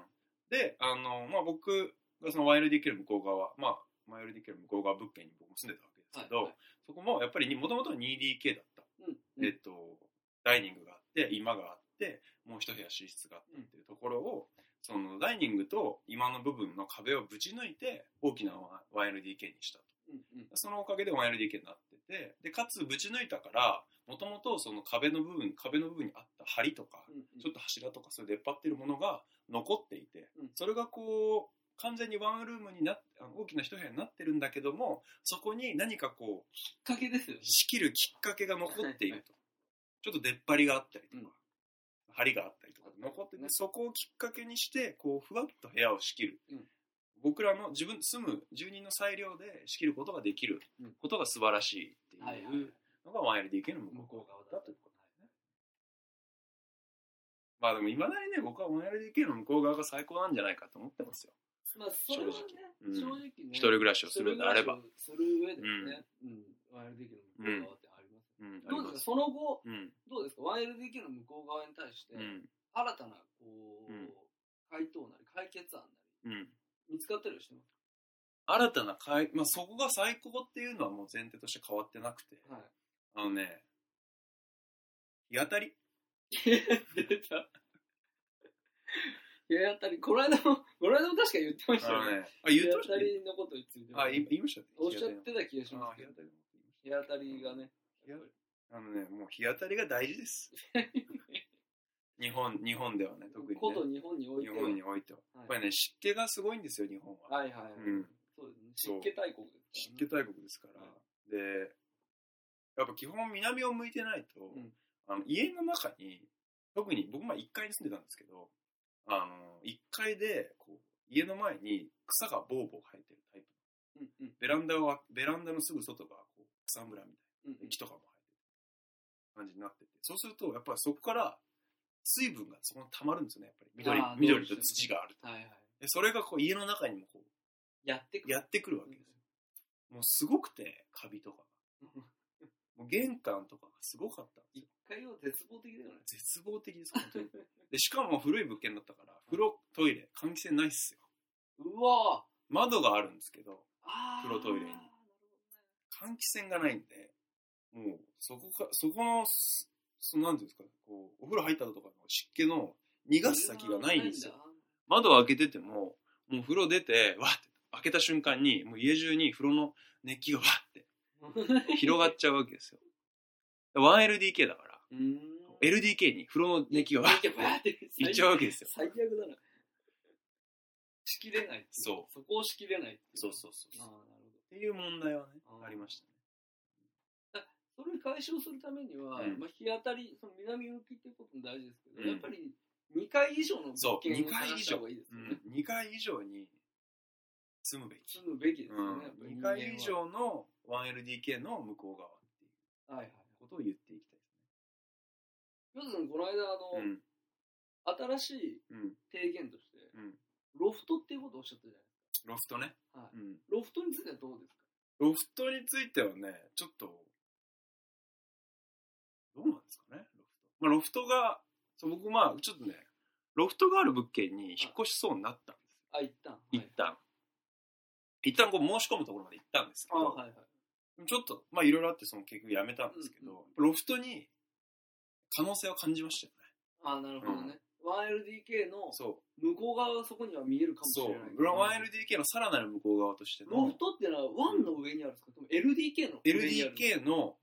[SPEAKER 2] で。すよね。
[SPEAKER 3] うん、であの、まあ、僕がその YLDK の向こう側まあ YLDK の向こう側物件に僕も住んでたわけですけど、
[SPEAKER 2] はいはい
[SPEAKER 3] そこもやっぱりもともと 2DK だった、
[SPEAKER 2] うん
[SPEAKER 3] えっとダイニングがあって今があってもう一部屋寝室があってっていうところをそのダイニングと今の部分の壁をぶち抜いて大きな YLDK にしたと
[SPEAKER 2] うんうん
[SPEAKER 3] そのおかげで 1LDK になっててでかつぶち抜いたからもともとその壁の部分壁の部分にあった梁とか、
[SPEAKER 2] うんうん
[SPEAKER 3] ちょっと柱とかそういう出っ張ってるものが残っていて、
[SPEAKER 2] うん
[SPEAKER 3] それがこう完全にワンルームになっあの大きな一部屋になってるんだけどもそこに何かこう
[SPEAKER 2] きっかけですよね。
[SPEAKER 3] 仕切るきっかけが残っているとちょっと出っ張りがあったりとか、
[SPEAKER 2] うん
[SPEAKER 3] 梁があったりとか残ってて、
[SPEAKER 2] ね
[SPEAKER 3] そこをきっかけにしてこうふわっと部屋を仕切る、
[SPEAKER 2] うん
[SPEAKER 3] 僕らの自分住む住人の裁量で仕切ることができる
[SPEAKER 2] うん
[SPEAKER 3] ことが素晴らしいって
[SPEAKER 2] はいはい
[SPEAKER 3] い。うのが 1LDK の向こう
[SPEAKER 2] 向こう側だ
[SPEAKER 3] だと
[SPEAKER 2] とい
[SPEAKER 3] い
[SPEAKER 2] うう
[SPEAKER 3] こ
[SPEAKER 2] こと
[SPEAKER 3] まあでもいまだにね、僕は 1LDK の向こう側が最高なんじゃないかと思ってますよ。
[SPEAKER 2] まあ、それはね、
[SPEAKER 3] うん
[SPEAKER 2] 正直ね、
[SPEAKER 3] 一人暮らしをするのであれば。。
[SPEAKER 2] する上でもね、うん、1LDK の向こう側ってあります。
[SPEAKER 3] うん、あ
[SPEAKER 2] どうで
[SPEAKER 3] ります
[SPEAKER 2] か
[SPEAKER 3] す。
[SPEAKER 2] その後、
[SPEAKER 3] うん、
[SPEAKER 2] どうですか ?1LDK の向こう側に対して、
[SPEAKER 3] うん、
[SPEAKER 2] 新たな、こう、
[SPEAKER 3] うん
[SPEAKER 2] 回答なり、解決案な
[SPEAKER 3] うん。
[SPEAKER 2] り、見つかったりはしてます
[SPEAKER 3] 新たな会、まあそこが最高っていうのはもう前提として変わってなくて、
[SPEAKER 2] はい。
[SPEAKER 3] あのね、日当たり
[SPEAKER 2] 出た。 [laughs] いや、やったり、この間も、この間も確か言ってまし
[SPEAKER 3] あ
[SPEAKER 2] たよ
[SPEAKER 3] の
[SPEAKER 2] ね。
[SPEAKER 3] ね、あ、言う
[SPEAKER 2] や
[SPEAKER 3] と
[SPEAKER 2] ったりのことについて。
[SPEAKER 3] あ、言い言いましたね。
[SPEAKER 2] おっしゃっ
[SPEAKER 3] 日
[SPEAKER 2] てた気がし
[SPEAKER 3] 当た
[SPEAKER 2] ま
[SPEAKER 3] りのあ日
[SPEAKER 2] す
[SPEAKER 3] 当たりの
[SPEAKER 2] 日当たりがね。
[SPEAKER 3] 日当たりあのね、もう日当たりが大事
[SPEAKER 2] [laughs]
[SPEAKER 3] です。日本、日本ではね、特に、ね。
[SPEAKER 2] こと日本におい
[SPEAKER 3] 日
[SPEAKER 2] ては。
[SPEAKER 3] 本においては。やっぱりね、湿気がすごいんですよ、日本は。
[SPEAKER 2] はいはいはい。
[SPEAKER 3] うん
[SPEAKER 2] そうです
[SPEAKER 3] そう
[SPEAKER 2] ね。湿気大国です
[SPEAKER 3] 湿
[SPEAKER 2] からね、
[SPEAKER 3] 気大国ですから、でやっぱ基本南を向いてないと、
[SPEAKER 2] うん
[SPEAKER 3] あの家の中に特に僕まあ1階に住んでたんですけどあの1階でこう家の前に草がボーボー生えてるタイプ
[SPEAKER 2] うんうん
[SPEAKER 3] ベランダはベランダのすぐ外がこう草むらみた
[SPEAKER 2] う
[SPEAKER 3] い
[SPEAKER 2] んう
[SPEAKER 3] なん木とかも生えてる感じになっててそうするとやっぱりそこから水分がそこに溜まるんですよねやっぱり緑
[SPEAKER 2] あー
[SPEAKER 3] 緑と土があると
[SPEAKER 2] はいはい。
[SPEAKER 3] でそれがこう家の中にもこう
[SPEAKER 2] やってくる。
[SPEAKER 3] やってくるわけですよもうすごくてカビとか [laughs]
[SPEAKER 2] うん
[SPEAKER 3] もう玄関とかがすごかったんですよ
[SPEAKER 2] 一回は絶望的だよね。
[SPEAKER 3] 絶望的です、本当 [laughs] に。で、しかも古い物件だったから、風呂、トイレ、換気扇ないっすよ。
[SPEAKER 2] うわ
[SPEAKER 3] 窓があるんですけど、
[SPEAKER 2] ぁあー
[SPEAKER 3] 風呂トイレに換気扇がないんで、もう、そこか、そこの、すそのなんていうんですか、こう、お風呂入った後とかの湿気の逃がす先がないんですよ。窓を開けてても、もう風呂出て、わーって、開けた瞬間に、もう家中に風呂の熱気がわーって
[SPEAKER 2] 水が
[SPEAKER 3] [laughs]
[SPEAKER 2] ないんだ。
[SPEAKER 3] 広がっちゃうわけですよ。1LDK だから、
[SPEAKER 2] うー [laughs] ん。
[SPEAKER 3] LDK に風呂の熱気がわーって
[SPEAKER 2] わーって
[SPEAKER 3] いっちゃうわけですよ。
[SPEAKER 2] 最悪だな。仕切れない。
[SPEAKER 3] そう。
[SPEAKER 2] そこを仕切れない。
[SPEAKER 3] そうそうそう
[SPEAKER 2] あ
[SPEAKER 3] そ
[SPEAKER 2] あ
[SPEAKER 3] う。
[SPEAKER 2] ー、なる
[SPEAKER 3] っていう問題はね
[SPEAKER 2] あ、ー
[SPEAKER 3] ありましたね。
[SPEAKER 2] ほど。それを解消するためには、
[SPEAKER 3] うん
[SPEAKER 2] まあ、日当たり、その南向きっていうことも大事ですけど、
[SPEAKER 3] うん
[SPEAKER 2] やっぱり2階以上の物件
[SPEAKER 3] そう
[SPEAKER 2] を探した方がいいですよね。
[SPEAKER 3] うん、2回以上に住むべき。
[SPEAKER 2] 住むべきですよね、やっぱり
[SPEAKER 3] 2
[SPEAKER 2] 人間は
[SPEAKER 3] 回以上の 1LDK の向こう側。
[SPEAKER 2] はいはい。
[SPEAKER 3] ことを言っていきたい
[SPEAKER 2] 要するにこの間、あ
[SPEAKER 3] で
[SPEAKER 2] の、
[SPEAKER 3] すね。
[SPEAKER 2] 新しい
[SPEAKER 3] うん。うん。
[SPEAKER 2] 提言として、
[SPEAKER 3] うん。
[SPEAKER 2] ロフトっていうことをおっしゃったじゃない
[SPEAKER 3] ロフトね。
[SPEAKER 2] はい
[SPEAKER 3] うん。
[SPEAKER 2] ロフトについてはどうですか
[SPEAKER 3] ロフトについてはね、ちょっと、どうなんですかね、ロフト。まあ、ロフトが、そう僕、まあ、ちょっとね、ロフトがある物件に引っ越しそうになったんです。
[SPEAKER 2] あ、一旦。はい
[SPEAKER 3] 一旦。一旦こう申し込むところまで行ったんですけ
[SPEAKER 2] あ
[SPEAKER 3] ど、
[SPEAKER 2] はいはい。
[SPEAKER 3] ちょっと、まあ、いろいろあって、その結局やめたんですけど、ロフトに可能性を感じましたよね。
[SPEAKER 2] あ、なるほどね。1LDK の
[SPEAKER 3] そ
[SPEAKER 2] 向こう側がそこには見えるか
[SPEAKER 3] う。
[SPEAKER 2] もし
[SPEAKER 3] そう
[SPEAKER 2] れない。。
[SPEAKER 3] 1LDK のさらなる向こう側としての、
[SPEAKER 2] ロフトっていうのは1の上にあるんですかでも LDK の上にある。
[SPEAKER 3] LDK の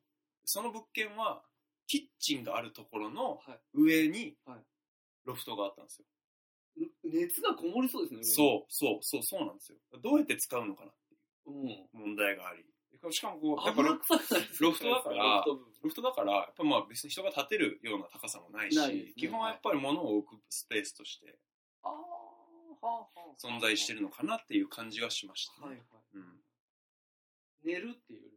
[SPEAKER 3] その物件はキッチンがあるところの
[SPEAKER 2] はい
[SPEAKER 3] 上に
[SPEAKER 2] はい
[SPEAKER 3] ロフトがあったんですよ、
[SPEAKER 2] 熱がこもりそうですね。
[SPEAKER 3] そうそうそうそうなんですよどうやって使うのかな
[SPEAKER 2] う。うん。
[SPEAKER 3] 問題がありしかもこうやっぱ
[SPEAKER 2] 油
[SPEAKER 3] ロ
[SPEAKER 2] 臭くないです
[SPEAKER 3] ロフトだから
[SPEAKER 2] ロフト部分
[SPEAKER 3] ロフトだからやっぱまあ別に人が立てるような高さもないし
[SPEAKER 2] ないですね
[SPEAKER 3] 基本はやっぱり物を置くスペースとして
[SPEAKER 2] あーはあはあ
[SPEAKER 3] 存在してるのかなっていう感じがしました、ね
[SPEAKER 2] はいはい。
[SPEAKER 3] うん、
[SPEAKER 2] 寝るっていうよりも。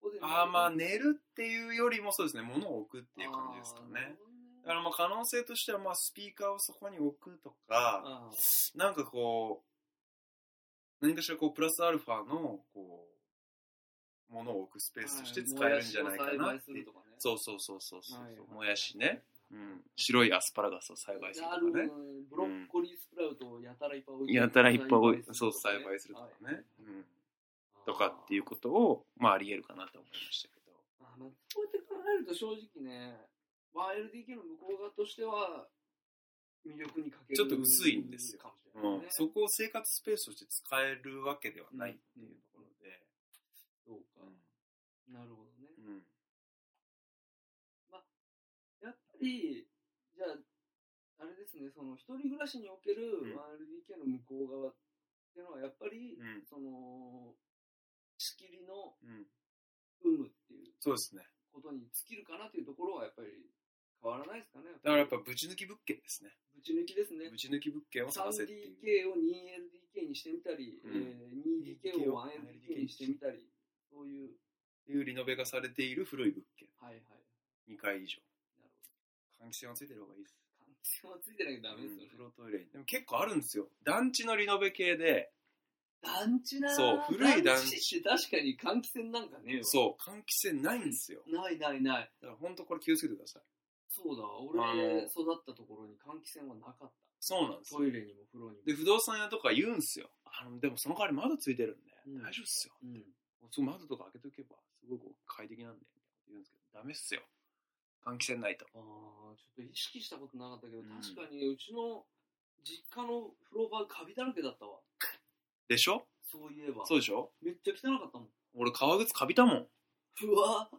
[SPEAKER 2] そこで寝る
[SPEAKER 3] ああまあ、寝るっていうよりもそうですね物を置くっていう感じですか
[SPEAKER 2] あーなる
[SPEAKER 3] ね
[SPEAKER 2] ほど
[SPEAKER 3] だからまあ可能性としてはまあスピーカーをそこに置くとか、
[SPEAKER 2] あー
[SPEAKER 3] なんかこう、何かしらこう、プラスアルファの、こう、ものを置くスペースとして使えるんじゃないかなって。
[SPEAKER 2] はいもやしを栽培するとかね
[SPEAKER 3] そうそうそうそうそう、
[SPEAKER 2] はい
[SPEAKER 3] もやしね、うん。白いアスパラガスを栽培する
[SPEAKER 2] な
[SPEAKER 3] と
[SPEAKER 2] るほ
[SPEAKER 3] か
[SPEAKER 2] どね
[SPEAKER 3] ね。。
[SPEAKER 2] ブロッコリースプラウトをやたらいっぱい置いて
[SPEAKER 3] やたらいっぱい置いそう、
[SPEAKER 2] 栽培
[SPEAKER 3] 栽培
[SPEAKER 2] す
[SPEAKER 3] す
[SPEAKER 2] る
[SPEAKER 3] る
[SPEAKER 2] と
[SPEAKER 3] と
[SPEAKER 2] か
[SPEAKER 3] か
[SPEAKER 2] ね
[SPEAKER 3] ね。うん。とかっていうことを、まあ、あり得るかなと思いましたけど。
[SPEAKER 2] あーまあ、そうやって考えると正直ね、まあ、LDK の向こう側としては魅力に欠ける
[SPEAKER 3] ちょっと薄いんですよ
[SPEAKER 2] かもしれない、
[SPEAKER 3] うん
[SPEAKER 2] ね。
[SPEAKER 3] そこを生活スペースとして使えるわけではないっていうところで。
[SPEAKER 2] そうか、なるほどね。
[SPEAKER 3] うん。
[SPEAKER 2] やっぱり、じゃあ、あれですね、その一人暮らしにおける
[SPEAKER 3] ん
[SPEAKER 2] 1LDK の向こう側っていうのは、やっぱり、
[SPEAKER 3] うん。
[SPEAKER 2] その、仕切りの
[SPEAKER 3] うん。
[SPEAKER 2] 有無っていう
[SPEAKER 3] そうですね。
[SPEAKER 2] ことに尽きるかなというところは、やっぱり変わらないですかね。
[SPEAKER 3] だからやっぱ、ぶち抜き物件ですね。
[SPEAKER 2] ぶち抜きですね
[SPEAKER 3] ぶ。ち抜き物件を探せってい
[SPEAKER 2] 3DK
[SPEAKER 3] う。
[SPEAKER 2] を 2LDK にしてみたり、
[SPEAKER 3] うん
[SPEAKER 2] えー 2DK を 1LDK にしてみたり、そういう、
[SPEAKER 3] いうリノベがされている古い物件、
[SPEAKER 2] はいはい。
[SPEAKER 3] 2階以上。
[SPEAKER 2] なる
[SPEAKER 3] 換気扇がついてる方がいいです。
[SPEAKER 2] ほど。換気扇はついてなきゃダメですよね。
[SPEAKER 3] うん風呂トイレ。でも結構あるんですよ。団地のリノベ系で、
[SPEAKER 2] 団地なぁ
[SPEAKER 3] そう古い団地
[SPEAKER 2] って確かに換気扇なんかねえわ
[SPEAKER 3] そう、換気扇ないんですよ。
[SPEAKER 2] ないないない。
[SPEAKER 3] だから本当これ気をつけてください。
[SPEAKER 2] そうだ、
[SPEAKER 3] あ
[SPEAKER 2] 俺
[SPEAKER 3] の
[SPEAKER 2] 育ったところに換気扇はなかっ
[SPEAKER 3] そうなんです
[SPEAKER 2] た。ト。
[SPEAKER 3] よ
[SPEAKER 2] イレにも風呂にも。
[SPEAKER 3] で、不動産屋とか言うんすよ。あの、でもその代わり窓ついてるんで、
[SPEAKER 2] うん
[SPEAKER 3] 大丈夫っすよ。
[SPEAKER 2] うん、
[SPEAKER 3] そう窓とか開けとけば、すごく快適なんで、言うんですけど、ダメっすよ。換気扇ないと。
[SPEAKER 2] ああ、ちょっと意識したことなかったけど、
[SPEAKER 3] うん
[SPEAKER 2] 確かにうちの実家の風呂場カビだらけだったわ。
[SPEAKER 3] でしょ
[SPEAKER 2] そういえば。
[SPEAKER 3] そうでしょ
[SPEAKER 2] めっちゃ汚かったもん。
[SPEAKER 3] 俺革靴カビた
[SPEAKER 2] う
[SPEAKER 3] もん。
[SPEAKER 2] わ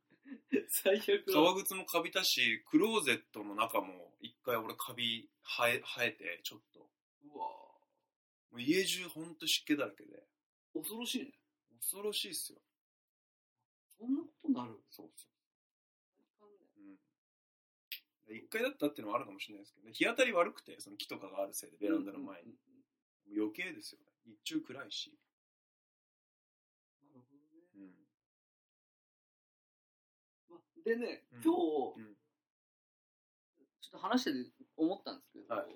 [SPEAKER 2] [laughs] 最悪だ
[SPEAKER 3] 革靴もカビたし、クローゼットの中も一回俺カビ生え生えて、ちょっと。
[SPEAKER 2] うわ
[SPEAKER 3] もう家中ほんと湿気だらけで。
[SPEAKER 2] 恐ろしいね。
[SPEAKER 3] 恐ろしいっすよ。
[SPEAKER 2] そんなことになる
[SPEAKER 3] そうそうん。一回だったっていうのもあるかもしれないですけどね。日当たり悪くて、その木とかがあるせいで、ベランダの前
[SPEAKER 2] う
[SPEAKER 3] に。
[SPEAKER 2] んうん
[SPEAKER 3] もう余計ですよね。日中暗いし。
[SPEAKER 2] うんなるほどね
[SPEAKER 3] うん。
[SPEAKER 2] までね、
[SPEAKER 3] うん
[SPEAKER 2] 今日、
[SPEAKER 3] うん
[SPEAKER 2] ちょっと話してて思ったんですけど、
[SPEAKER 3] はい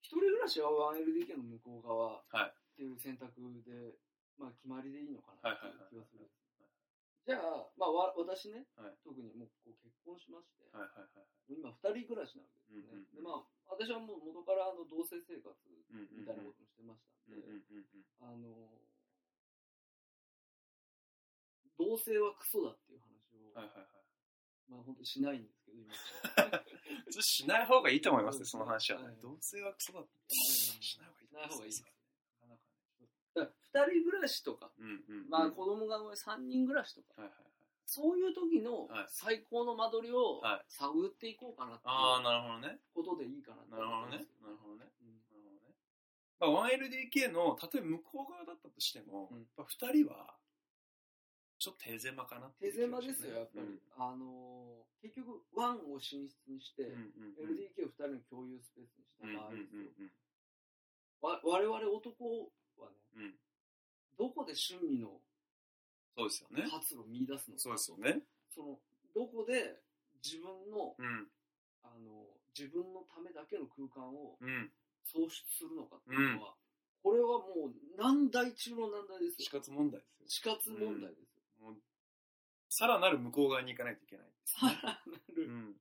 [SPEAKER 2] 一人暮らしは 1LDK の向こう側
[SPEAKER 3] はい
[SPEAKER 2] っていう選択で、まあ、決まりでいいのかなっていう気がするんです。じゃあ、まあ、わ私ね、
[SPEAKER 3] はい
[SPEAKER 2] 特にもうこう結婚しまして、
[SPEAKER 3] はいはいはい。
[SPEAKER 2] 今2人暮らしなんですよね、
[SPEAKER 3] うんうんうん
[SPEAKER 2] でまあ、私はもう元からあの同棲生活
[SPEAKER 3] うんうんうん
[SPEAKER 2] みたいなこともしてましたん
[SPEAKER 3] う
[SPEAKER 2] で、
[SPEAKER 3] んうんうんうん。
[SPEAKER 2] あの同棲はクソだっていう話を、
[SPEAKER 3] はいはいは
[SPEAKER 2] まあ本当にしないんですけ
[SPEAKER 3] [laughs]
[SPEAKER 2] ど今
[SPEAKER 3] い。ちょっとしない方がいいと思いますね、その話は
[SPEAKER 2] は
[SPEAKER 3] ね
[SPEAKER 2] い。
[SPEAKER 3] 同性はクソだって。しない
[SPEAKER 2] しない
[SPEAKER 3] 方
[SPEAKER 2] 方
[SPEAKER 3] が
[SPEAKER 2] がい
[SPEAKER 3] い
[SPEAKER 2] い
[SPEAKER 3] いで
[SPEAKER 2] ですす
[SPEAKER 3] ね。なかなかね
[SPEAKER 2] だから2人暮らしとか、
[SPEAKER 3] うんうんうん。
[SPEAKER 2] まあ、
[SPEAKER 3] はい
[SPEAKER 2] 子供が3人暮らしとか、
[SPEAKER 3] はいはい。
[SPEAKER 2] そういう時の
[SPEAKER 3] はい
[SPEAKER 2] 最高の間取りを
[SPEAKER 3] はい
[SPEAKER 2] 探っていこうかなってい
[SPEAKER 3] ああ、
[SPEAKER 2] う
[SPEAKER 3] なるほどね。
[SPEAKER 2] ことでいいかな
[SPEAKER 3] なるほどね。なる
[SPEAKER 2] ど
[SPEAKER 3] ほどね。
[SPEAKER 2] うん
[SPEAKER 3] なるほどね。まあ、1LDK の、例えば向こう側だったとしても、
[SPEAKER 2] うん
[SPEAKER 3] やっぱ2人は、ちょっと手狭かなってい
[SPEAKER 2] 手
[SPEAKER 3] う気
[SPEAKER 2] 狭
[SPEAKER 3] がし
[SPEAKER 2] で
[SPEAKER 3] ますすね
[SPEAKER 2] よ、やっぱり。あのー結局、ワンを寝室にして、
[SPEAKER 3] うんうんうんうん
[SPEAKER 2] LDK を2人の共有スペースにした
[SPEAKER 3] うんうん
[SPEAKER 2] 場合ですよ、
[SPEAKER 3] うん
[SPEAKER 2] わ我々男はね、
[SPEAKER 3] うん
[SPEAKER 2] どこで趣味の
[SPEAKER 3] そうですよね。
[SPEAKER 2] 発露を見出すのか
[SPEAKER 3] そうですよね。
[SPEAKER 2] そのどこで自分の
[SPEAKER 3] うん。
[SPEAKER 2] あの自分のためだけの空間を
[SPEAKER 3] うん。
[SPEAKER 2] 創出するのかっていうのは、これはもう難題中の難題です
[SPEAKER 3] 死
[SPEAKER 2] よ
[SPEAKER 3] 活問題ですよ。
[SPEAKER 2] 死活問題ですよ、
[SPEAKER 3] もう、さらなる向こう側に行かないといけない。
[SPEAKER 2] さらな
[SPEAKER 3] う
[SPEAKER 2] る
[SPEAKER 3] ん。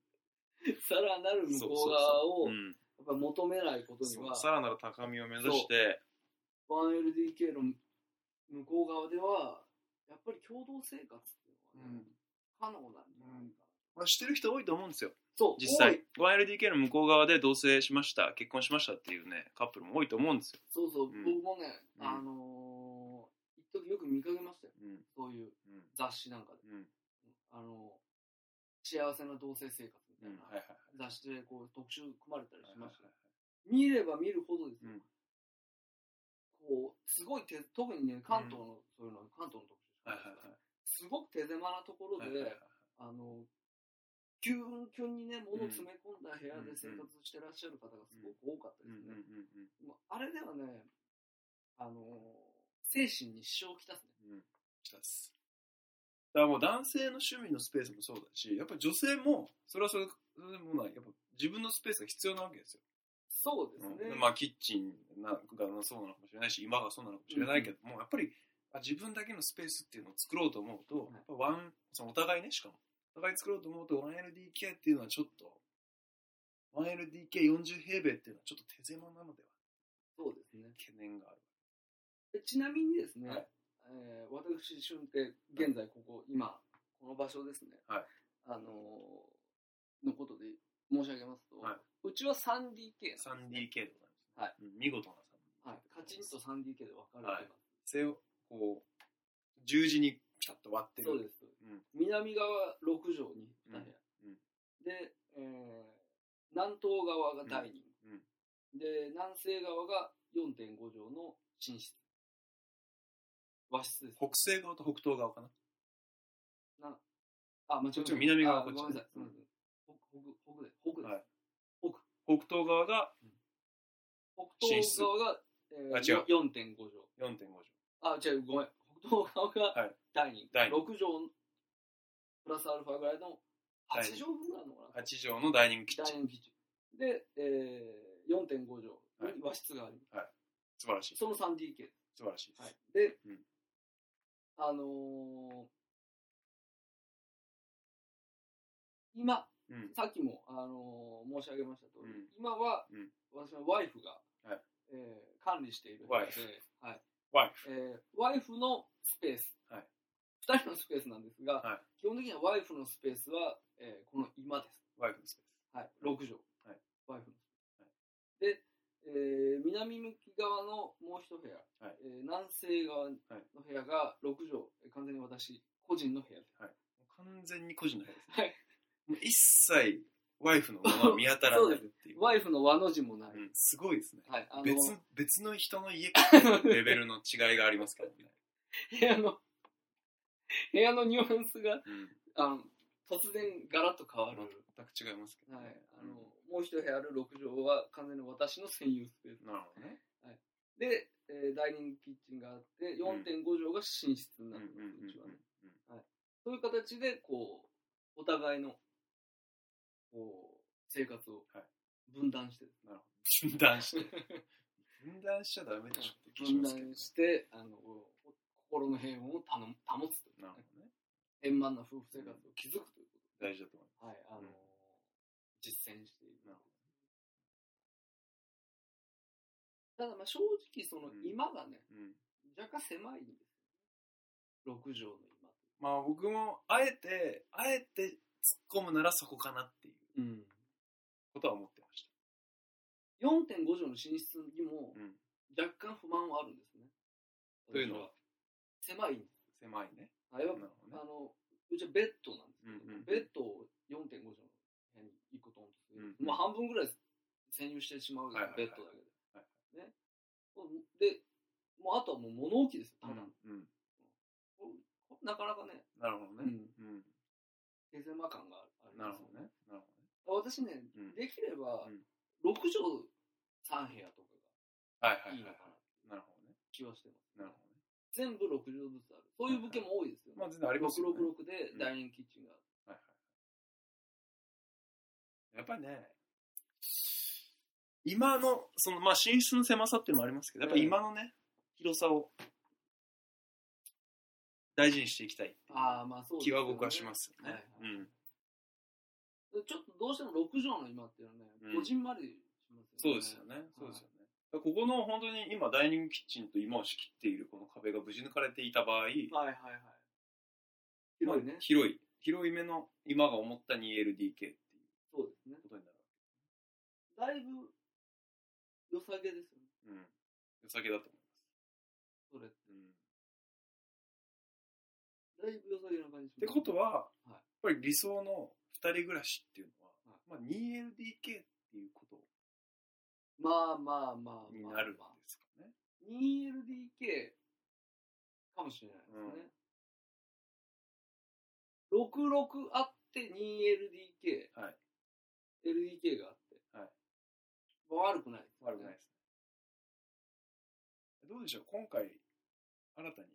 [SPEAKER 2] [laughs] さらなる向こう側を
[SPEAKER 3] う
[SPEAKER 2] や
[SPEAKER 3] ん
[SPEAKER 2] っぱり求めないことに
[SPEAKER 3] そう
[SPEAKER 2] は
[SPEAKER 3] さらなる高みを目指して、
[SPEAKER 2] 1LDK の向こう側ではやっぱり共同生活っていうのはね、可能なんじゃないかな、
[SPEAKER 3] まあ、してる人多いと思うんですよ。
[SPEAKER 2] そう
[SPEAKER 3] 実際、1LDK の向こう側で同棲しました、結婚しましたっていうね、カップルも多いと思うんですよ。
[SPEAKER 2] そうそう、
[SPEAKER 3] うん
[SPEAKER 2] 僕もね、
[SPEAKER 3] うん
[SPEAKER 2] あのー、一時よく見かけましたよ。
[SPEAKER 3] うん。
[SPEAKER 2] そういう
[SPEAKER 3] うん。
[SPEAKER 2] 雑誌なんかで。
[SPEAKER 3] うん。
[SPEAKER 2] あのー、幸せな同棲生活みたい
[SPEAKER 3] はい
[SPEAKER 2] な
[SPEAKER 3] はいはい。
[SPEAKER 2] 雑誌でこう特集組まれたりしましたよ。見れば見るほどですよ。
[SPEAKER 3] うん
[SPEAKER 2] こう、すごい手、特にね、関東の、そういうの、関東の特集、
[SPEAKER 3] はいはいはい
[SPEAKER 2] すごく手狭なところで、
[SPEAKER 3] はいはいはい
[SPEAKER 2] あの、キュンキュンにね、物を詰め込んだ部屋
[SPEAKER 3] うん
[SPEAKER 2] で生活してらっしゃる方がすごく多かった
[SPEAKER 3] う
[SPEAKER 2] で
[SPEAKER 3] ん
[SPEAKER 2] すね。
[SPEAKER 3] うんうん
[SPEAKER 2] もうあれではね、あのー精神に支障をきたすね。
[SPEAKER 3] うん。したっす。だからもう男性の趣味のスペースもそうだし、やっぱ女性も、それはそれそれでもない、やっぱ自分のスペースが必要なわけですよ。
[SPEAKER 2] そうですね。
[SPEAKER 3] うんまあキッチンながそうなのかもしれないし今がそうなのかもしれないけど、もやっぱりあ自分だけのスペースっていうのを作ろうと思うと、
[SPEAKER 2] い
[SPEAKER 3] やっぱワンそのお互いねしかもお互い作ろうと思うと 1LDK っていうのはちょっと 1LDK40 平米っていうのはちょっと手狭なのでは
[SPEAKER 2] そうですね。
[SPEAKER 3] 懸念がある
[SPEAKER 2] でちなみにですね、
[SPEAKER 3] はい
[SPEAKER 2] えー私、俊って現在ここ、今、この場所ですね、
[SPEAKER 3] はい
[SPEAKER 2] あのーのことで申し上げますと、
[SPEAKER 3] はいう
[SPEAKER 2] ちは 3DK なんですね、
[SPEAKER 3] 3DK でございます、
[SPEAKER 2] はい
[SPEAKER 3] うん見事な
[SPEAKER 2] はい、カチンと 3DK で分かれてます。
[SPEAKER 3] 3をこう十字にピタッと割ってる
[SPEAKER 2] そうです、そうです
[SPEAKER 3] うん
[SPEAKER 2] 南側6畳に2部屋、
[SPEAKER 3] うんうん
[SPEAKER 2] で、えー南東側がダイニング、
[SPEAKER 3] うん
[SPEAKER 2] で南西側が4.5畳の寝室和室です
[SPEAKER 3] 北西側と北東側かな
[SPEAKER 2] あ間違えた
[SPEAKER 3] こっちの南側
[SPEAKER 2] あ
[SPEAKER 3] こっちね
[SPEAKER 2] ごめんなさいすいません北北北北です、
[SPEAKER 3] はい北東側が
[SPEAKER 2] 北
[SPEAKER 3] 寝
[SPEAKER 2] 東
[SPEAKER 3] 室
[SPEAKER 2] 側が、え
[SPEAKER 3] あ違う
[SPEAKER 2] 4.5畳
[SPEAKER 3] 4.5畳
[SPEAKER 2] あ違うごめん北東側
[SPEAKER 3] は
[SPEAKER 2] が
[SPEAKER 3] い
[SPEAKER 2] ダイニング、
[SPEAKER 3] ダイニン
[SPEAKER 2] 6畳プラスアルファぐらいの8畳分ぐらいのかな
[SPEAKER 3] 8畳のダイニングキ
[SPEAKER 2] ダ
[SPEAKER 3] ッチ
[SPEAKER 2] イニ
[SPEAKER 3] ン
[SPEAKER 2] ングキッチン。で、えー、4.5畳に和室があります。
[SPEAKER 3] 素晴らしい
[SPEAKER 2] その 3DK。
[SPEAKER 3] 素晴らしいです、
[SPEAKER 2] で、
[SPEAKER 3] うん
[SPEAKER 2] あのー今、
[SPEAKER 3] うん
[SPEAKER 2] さっきも、あのー申し上げました通り、
[SPEAKER 3] うん
[SPEAKER 2] 今は、
[SPEAKER 3] うん
[SPEAKER 2] 私のワイフが、
[SPEAKER 3] はい
[SPEAKER 2] えー管理している部屋で
[SPEAKER 3] ワイフ
[SPEAKER 2] はい
[SPEAKER 3] ワイフ
[SPEAKER 2] えーワイフのスペース、
[SPEAKER 3] はい
[SPEAKER 2] 2人のスペースなんですが、
[SPEAKER 3] はい
[SPEAKER 2] 基本的にはワイフのスペースは、えーこの今です。
[SPEAKER 3] ワイフのスペー
[SPEAKER 2] はい、6畳。
[SPEAKER 3] はい
[SPEAKER 2] ワイフの。
[SPEAKER 3] は
[SPEAKER 2] で、えー南向き側のもう一部屋、
[SPEAKER 3] はい
[SPEAKER 2] えー南西側の部屋が6畳、えー完全に私、個人の部屋です。
[SPEAKER 3] ス。完全に個人の部屋です
[SPEAKER 2] は
[SPEAKER 3] ね。
[SPEAKER 2] い
[SPEAKER 3] もう一切、ワイフのものは見当たらないっていう。
[SPEAKER 2] ワイフの和の字もない。
[SPEAKER 3] うん、すごいですね。
[SPEAKER 2] はい、あの、
[SPEAKER 3] 別別の人の
[SPEAKER 2] [laughs]
[SPEAKER 3] 家からレベルの違いがありますからね。
[SPEAKER 2] 部屋の、部屋のニュアンスが、
[SPEAKER 3] うん、
[SPEAKER 2] あの突然ガラッと変わる。
[SPEAKER 3] 全く違いますけど、
[SPEAKER 2] はい
[SPEAKER 3] ね。、
[SPEAKER 2] あの、もう一部屋ある6畳は完全に私の専用スペース。
[SPEAKER 3] うんなるほどね。
[SPEAKER 2] で、えーダイニングキッチンがあって、4.5畳が寝室に
[SPEAKER 3] うん
[SPEAKER 2] な
[SPEAKER 3] う
[SPEAKER 2] っ
[SPEAKER 3] ん
[SPEAKER 2] てます、うちはね。
[SPEAKER 3] うん
[SPEAKER 2] そういう形で、こう、お互いの、こう、生活を
[SPEAKER 3] はい
[SPEAKER 2] 分断して、
[SPEAKER 3] うん。分断
[SPEAKER 2] [laughs]
[SPEAKER 3] して。分断しちゃダメでしょって気し
[SPEAKER 2] 分
[SPEAKER 3] ますけど、
[SPEAKER 2] 断して、あの、お心の平穏を保保つという
[SPEAKER 3] なる
[SPEAKER 2] か
[SPEAKER 3] ほ
[SPEAKER 2] ね、
[SPEAKER 3] どね。
[SPEAKER 2] 円満な夫婦生活を築くというこ
[SPEAKER 3] 大事だと思い
[SPEAKER 2] と。はい、あの、
[SPEAKER 3] うん
[SPEAKER 2] 実践している
[SPEAKER 3] なるほ。
[SPEAKER 2] ただ、まあ正直、その
[SPEAKER 3] うん、
[SPEAKER 2] 今がね、
[SPEAKER 3] ます。うん
[SPEAKER 2] 若干狭いんですよ。6畳の今。
[SPEAKER 3] まあ僕も、あえて、あえて突っ込むならそこかなっていう
[SPEAKER 2] うん。
[SPEAKER 3] ことは思ってまし
[SPEAKER 2] 4.5畳の寝室にも
[SPEAKER 3] た。うん。
[SPEAKER 2] 若干不満はあるんですね。
[SPEAKER 3] というのは
[SPEAKER 2] 私は狭いんです。
[SPEAKER 3] 狭いね。
[SPEAKER 2] あれは
[SPEAKER 3] なるほどね
[SPEAKER 2] あ。の、うちはベッドなんですけど、
[SPEAKER 3] うんうん
[SPEAKER 2] ベッドを4.5畳の部屋に1個トンとする。
[SPEAKER 3] うん
[SPEAKER 2] まあ半分ぐらい占有してしまうよ
[SPEAKER 3] はいは
[SPEAKER 2] ベ
[SPEAKER 3] いはい
[SPEAKER 2] ッドだけで。ね。で、もうあとはもう物置ですよ、ただの、
[SPEAKER 3] うんうん
[SPEAKER 2] なかなかね、
[SPEAKER 3] なるほどね。うん
[SPEAKER 2] 手狭感があるん
[SPEAKER 3] な
[SPEAKER 2] で
[SPEAKER 3] る
[SPEAKER 2] す
[SPEAKER 3] ほどね。なる
[SPEAKER 2] よ。私ね、
[SPEAKER 3] ほどね。うん
[SPEAKER 2] できれば
[SPEAKER 3] うん
[SPEAKER 2] 6畳3部屋とか
[SPEAKER 3] はいは
[SPEAKER 2] が
[SPEAKER 3] いはい
[SPEAKER 2] い
[SPEAKER 3] はい
[SPEAKER 2] のかなって
[SPEAKER 3] い。なるほどね。
[SPEAKER 2] 気はしてます。
[SPEAKER 3] なるほどね。
[SPEAKER 2] 全部60ずつある。そういう物件も多いですよね。
[SPEAKER 3] まあ全然ありますよ、ね。
[SPEAKER 2] 666でダイニングキッチンがある。
[SPEAKER 3] やっぱりね、今の、その、まあ寝室の狭さっていうのもありますけど、やっぱり今のね、広さを大事にしていきたい
[SPEAKER 2] ああ、まあそうです
[SPEAKER 3] 気
[SPEAKER 2] よね
[SPEAKER 3] は僕はしますよ
[SPEAKER 2] はいは
[SPEAKER 3] ね
[SPEAKER 2] い。
[SPEAKER 3] うん。
[SPEAKER 2] ちょっとどうしても6畳の今っていうのはね
[SPEAKER 3] う、ん
[SPEAKER 2] 個人までします
[SPEAKER 3] そう
[SPEAKER 2] よね。
[SPEAKER 3] ですよね。そうですよね。ここの本当に今ダイニングキッチンと今を仕切っているこの壁が無事抜かれていた場合、
[SPEAKER 2] はいはいはい。広いね
[SPEAKER 3] まあ。広い、広い目の今が思った 2LDK っていう
[SPEAKER 2] そうですね。
[SPEAKER 3] ことになる
[SPEAKER 2] だいぶ、良さげですよね。
[SPEAKER 3] うん。良さげだと思
[SPEAKER 2] それ。
[SPEAKER 3] います。
[SPEAKER 2] だいぶ良さげな感じし
[SPEAKER 3] って
[SPEAKER 2] ます。
[SPEAKER 3] こと
[SPEAKER 2] は、
[SPEAKER 3] は、
[SPEAKER 2] い
[SPEAKER 3] やっぱり理想の2人暮らしっていうのは、まあ、2LDK っていうこと
[SPEAKER 2] まあまあまあまあ。
[SPEAKER 3] になるんですかね。
[SPEAKER 2] 2LDK かもしれないですね。66あって 2LDK。
[SPEAKER 3] はい
[SPEAKER 2] LDK があって。
[SPEAKER 3] はい
[SPEAKER 2] まあ悪くないです、
[SPEAKER 3] 悪くない。ですね。どうでしょう今回、新たに、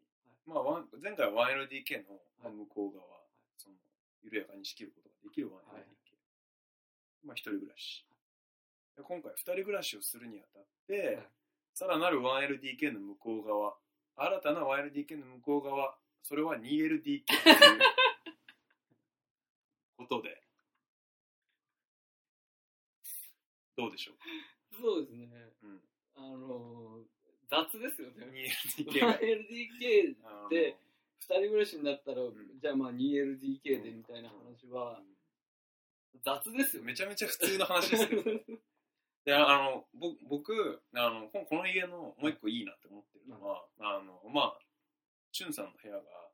[SPEAKER 3] まあワン、前回は 1LDK のまあ向こう側、その、緩やかに仕切ることができる 1LDK。
[SPEAKER 2] はい
[SPEAKER 3] まあ、一人暮らし。で今回、二人暮らしをするにあたって、
[SPEAKER 2] はい
[SPEAKER 3] さらなる 1LDK の向こう側、新たな 1LDK の向こう側、それは 2LDK ということで、どうでしょう
[SPEAKER 2] そうですね。
[SPEAKER 3] うん
[SPEAKER 2] あのー雑ですよね。
[SPEAKER 3] 2LDK が
[SPEAKER 2] 1LDK
[SPEAKER 3] あの
[SPEAKER 2] で二人暮らしになったら、
[SPEAKER 3] ん
[SPEAKER 2] じゃあまあ 2LDK でみたいな話は、雑ですよね。
[SPEAKER 3] めちゃめちゃ普通の話です
[SPEAKER 2] [laughs]
[SPEAKER 3] けどであのぼ僕あのここの家のもう一個いいなって思ってるのは、あのまあチュンさんの部屋が、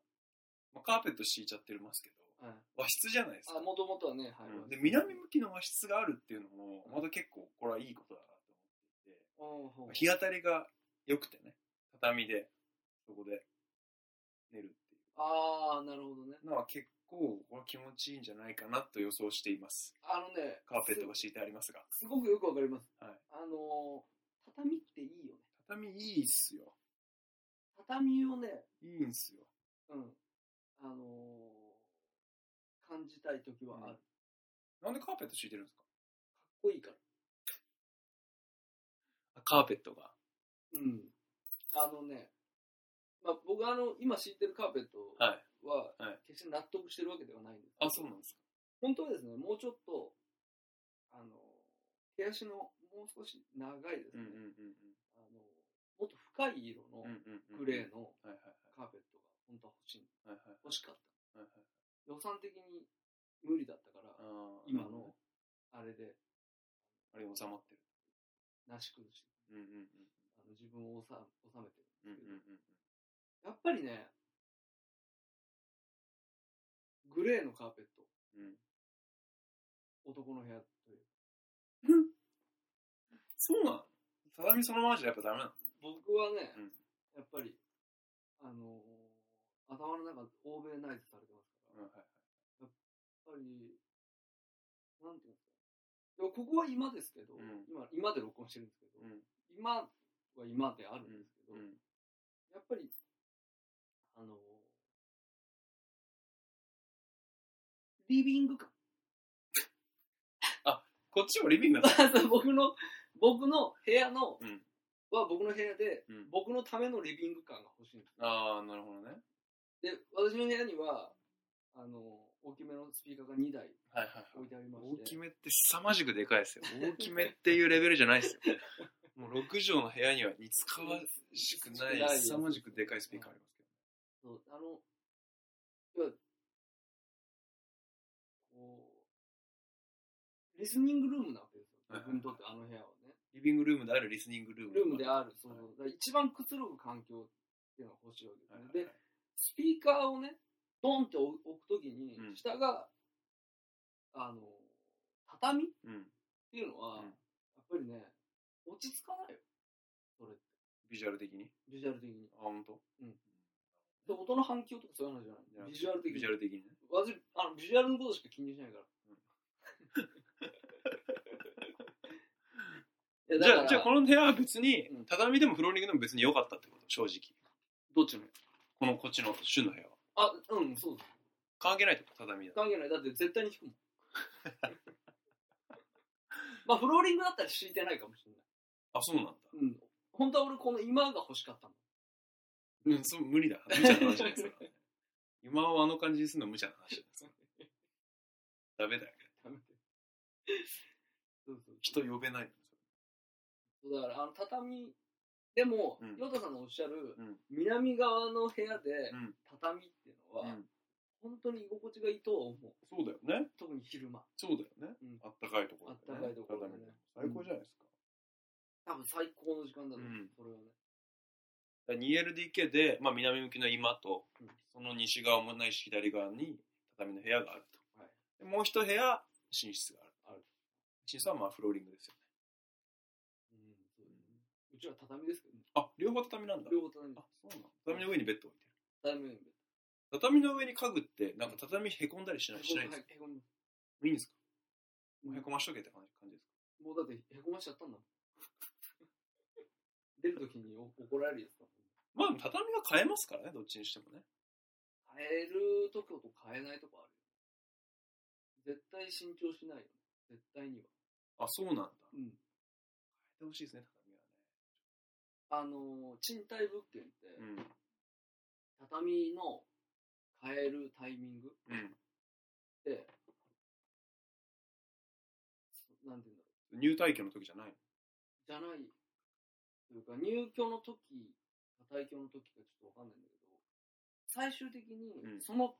[SPEAKER 3] まあ、カーペット敷いちゃってますけど
[SPEAKER 2] はい
[SPEAKER 3] 和室じゃないですか
[SPEAKER 2] あ、、もともとはね、はい。
[SPEAKER 3] うんで南向きの和室があるっていうのもまた結構これはいいことだなと思っていて
[SPEAKER 2] うんうん
[SPEAKER 3] 日当たりが良くてね畳でそこで寝るっていう
[SPEAKER 2] ああ、なるほどね。
[SPEAKER 3] のは結構これは気持ちいいんじゃないかなと予想しています
[SPEAKER 2] あのね、
[SPEAKER 3] カーペットが敷いてありますが
[SPEAKER 2] すごくよくわかります。
[SPEAKER 3] はい
[SPEAKER 2] あのー畳っていいよね。
[SPEAKER 3] 畳いいっすよ
[SPEAKER 2] 畳をね、
[SPEAKER 3] いいんすよ
[SPEAKER 2] うん、あのー感じたい時はある。
[SPEAKER 3] うんなんでカーペット敷いてるんですか
[SPEAKER 2] かっこいいから。
[SPEAKER 3] カーペットが
[SPEAKER 2] うん。あのね、まあ、僕あの、今敷いてるカーペット
[SPEAKER 3] はい
[SPEAKER 2] は、
[SPEAKER 3] はい
[SPEAKER 2] 決して納得してるわけではないんですけど
[SPEAKER 3] あそうなんですか
[SPEAKER 2] 本当はですね、もうちょっと、あのー毛足のもう少し長いですね、あのもっと深い色のグレーの
[SPEAKER 3] はいはい
[SPEAKER 2] カーペットが本当は欲しい
[SPEAKER 3] はいはい
[SPEAKER 2] 欲しかった。
[SPEAKER 3] はいはい
[SPEAKER 2] 予算的に無理だったから、
[SPEAKER 3] あー
[SPEAKER 2] 今のあれで、
[SPEAKER 3] あれ収まってる
[SPEAKER 2] なし崩し、
[SPEAKER 3] うんうん
[SPEAKER 2] あの自分を収収めて
[SPEAKER 3] うん
[SPEAKER 2] るんですけど、
[SPEAKER 3] うん
[SPEAKER 2] やっぱりね、グレーのカーペット、
[SPEAKER 3] うん
[SPEAKER 2] 男の部屋という。
[SPEAKER 3] そうなの畳そのままじゃやっぱダメなの
[SPEAKER 2] 僕はね、
[SPEAKER 3] うん
[SPEAKER 2] やっぱり、あのー頭の中、欧米ナイズされてますから、
[SPEAKER 3] うんは
[SPEAKER 2] や
[SPEAKER 3] い
[SPEAKER 2] っぱり、なんていうんですか。でもここは今ですけど、
[SPEAKER 3] うん
[SPEAKER 2] 今、今で録音してるんですけど、
[SPEAKER 3] うん
[SPEAKER 2] 今は今であるんですけど、
[SPEAKER 3] うん
[SPEAKER 2] やっぱり、あの、リビン [laughs] グ感。
[SPEAKER 3] こっちもリビングなんだ
[SPEAKER 2] 僕の、僕の部屋の、
[SPEAKER 3] うん
[SPEAKER 2] は僕の部屋で、
[SPEAKER 3] [laughs] うん
[SPEAKER 2] 僕のためのリビング感が欲しいんです。
[SPEAKER 3] ああなるほどね
[SPEAKER 2] で、私の部屋には、あの、大きめのスピーカーが2台
[SPEAKER 3] はいはい
[SPEAKER 2] 置いてありま
[SPEAKER 3] 大
[SPEAKER 2] して。
[SPEAKER 3] きめって凄まじくでかいですよ大きめっていうレベルじゃないです [laughs] よもう6畳の部屋には似つかわしくな
[SPEAKER 2] 少ないい
[SPEAKER 3] 凄まじくでかいスピーカーありますけど
[SPEAKER 2] そう、あの、いや、こう、リスニングルームなわけですよ。
[SPEAKER 3] はいはい
[SPEAKER 2] 僕にとってあの部屋はね。
[SPEAKER 3] リビングルームであるリスニングルーム
[SPEAKER 2] ルームで
[SPEAKER 3] る
[SPEAKER 2] ある、その、だから一番くつろぐ環境っていうのが欲しいわけですね。で、スピーカーをね、ドンって置くときに
[SPEAKER 3] う、ん
[SPEAKER 2] 下が、あの、畳っ
[SPEAKER 3] うん、
[SPEAKER 2] ていうのは、
[SPEAKER 3] うん
[SPEAKER 2] やっぱりね、落ち着かないよ。それって、
[SPEAKER 3] ビジュアル的に
[SPEAKER 2] ビジュアル的に。
[SPEAKER 3] あ本当
[SPEAKER 2] で音の反響とかそういう話じゃない。ビジュアル的
[SPEAKER 3] ビ
[SPEAKER 2] に
[SPEAKER 3] ジュア。ル的にね
[SPEAKER 2] 私、あの、ビジュアルのことしか気にしないから。いや
[SPEAKER 3] じ
[SPEAKER 2] だか
[SPEAKER 3] ゃあ
[SPEAKER 2] ら
[SPEAKER 3] じゃあこの部屋は別に
[SPEAKER 2] うん [laughs]
[SPEAKER 3] 畳でもフローリングでも別に良かったってこと正直
[SPEAKER 2] どっちの
[SPEAKER 3] この、こっちの、旬の部屋は。
[SPEAKER 2] あ、うん、そうだ。
[SPEAKER 3] 関係ないとこ、畳だ。
[SPEAKER 2] 関係ない。だって絶対に引くもん。 [laughs] まあ、フローリングだったら敷いてないかもしれない。
[SPEAKER 3] あ、そうなんだ。
[SPEAKER 2] うん。本当は俺この今が欲しかったの。
[SPEAKER 3] うん、そう、無理だ。無茶な話です
[SPEAKER 2] [laughs]
[SPEAKER 3] よ。今をあの感じにするの無茶な話ですよ。ダメだよ。
[SPEAKER 2] そうそう
[SPEAKER 3] 人呼べないんです
[SPEAKER 2] だ
[SPEAKER 3] よ。
[SPEAKER 2] からあの畳でも、
[SPEAKER 3] うん
[SPEAKER 2] ヨタさんのおっしゃる、
[SPEAKER 3] うん
[SPEAKER 2] 南側の部屋で
[SPEAKER 3] うん
[SPEAKER 2] 畳っていうのは、
[SPEAKER 3] うん
[SPEAKER 2] 本当に居心地がいいとは思う
[SPEAKER 3] そうだよね。
[SPEAKER 2] 特に昼間
[SPEAKER 3] そうだよね。
[SPEAKER 2] うん
[SPEAKER 3] あったかいところ、
[SPEAKER 2] あったかいところでね
[SPEAKER 3] 畳で最高じゃないですか。
[SPEAKER 2] 多分最高の時間だね、
[SPEAKER 3] うん
[SPEAKER 2] それはね
[SPEAKER 3] だから 2LDK で、まあ、南向きの今と、
[SPEAKER 2] うん
[SPEAKER 3] その西側もないし左側に畳の部屋があると、
[SPEAKER 2] はい
[SPEAKER 3] でもう一部屋寝室がある
[SPEAKER 2] ある
[SPEAKER 3] 寝室はまあフローリングですよね
[SPEAKER 2] うんそうだねうちは畳ですけどね
[SPEAKER 3] あ両方畳なんだ
[SPEAKER 2] 両方畳
[SPEAKER 3] あそうなんだ畳の上にベッド置いてる
[SPEAKER 2] 畳なんで
[SPEAKER 3] 畳の上に家具ってなんか畳へこんだりしないしないんですか
[SPEAKER 2] へこん
[SPEAKER 3] いいんですか
[SPEAKER 2] うん
[SPEAKER 3] もうへこましとけって感じですか
[SPEAKER 2] もうだってへこましちゃったんだもん [laughs] 出るときにお怒られるやつだもん
[SPEAKER 3] まあ畳が変えますからねどっちにしてもね
[SPEAKER 2] 変えるとこと変えないとこあるよ絶対慎重しないよ絶対には
[SPEAKER 3] あそうなんだ変
[SPEAKER 2] うん
[SPEAKER 3] えてほしいですね
[SPEAKER 2] あの賃貸物件って、畳
[SPEAKER 3] 畳はね
[SPEAKER 2] の変えるタイミング
[SPEAKER 3] うんうん
[SPEAKER 2] って、そなんていうんだ
[SPEAKER 3] 入退去の時じゃな
[SPEAKER 2] ろ
[SPEAKER 3] い
[SPEAKER 2] う、じゃない、というか入居の時か退居の時かちょっとわかんないんだけど、最終的
[SPEAKER 3] う
[SPEAKER 2] に
[SPEAKER 3] ん
[SPEAKER 2] その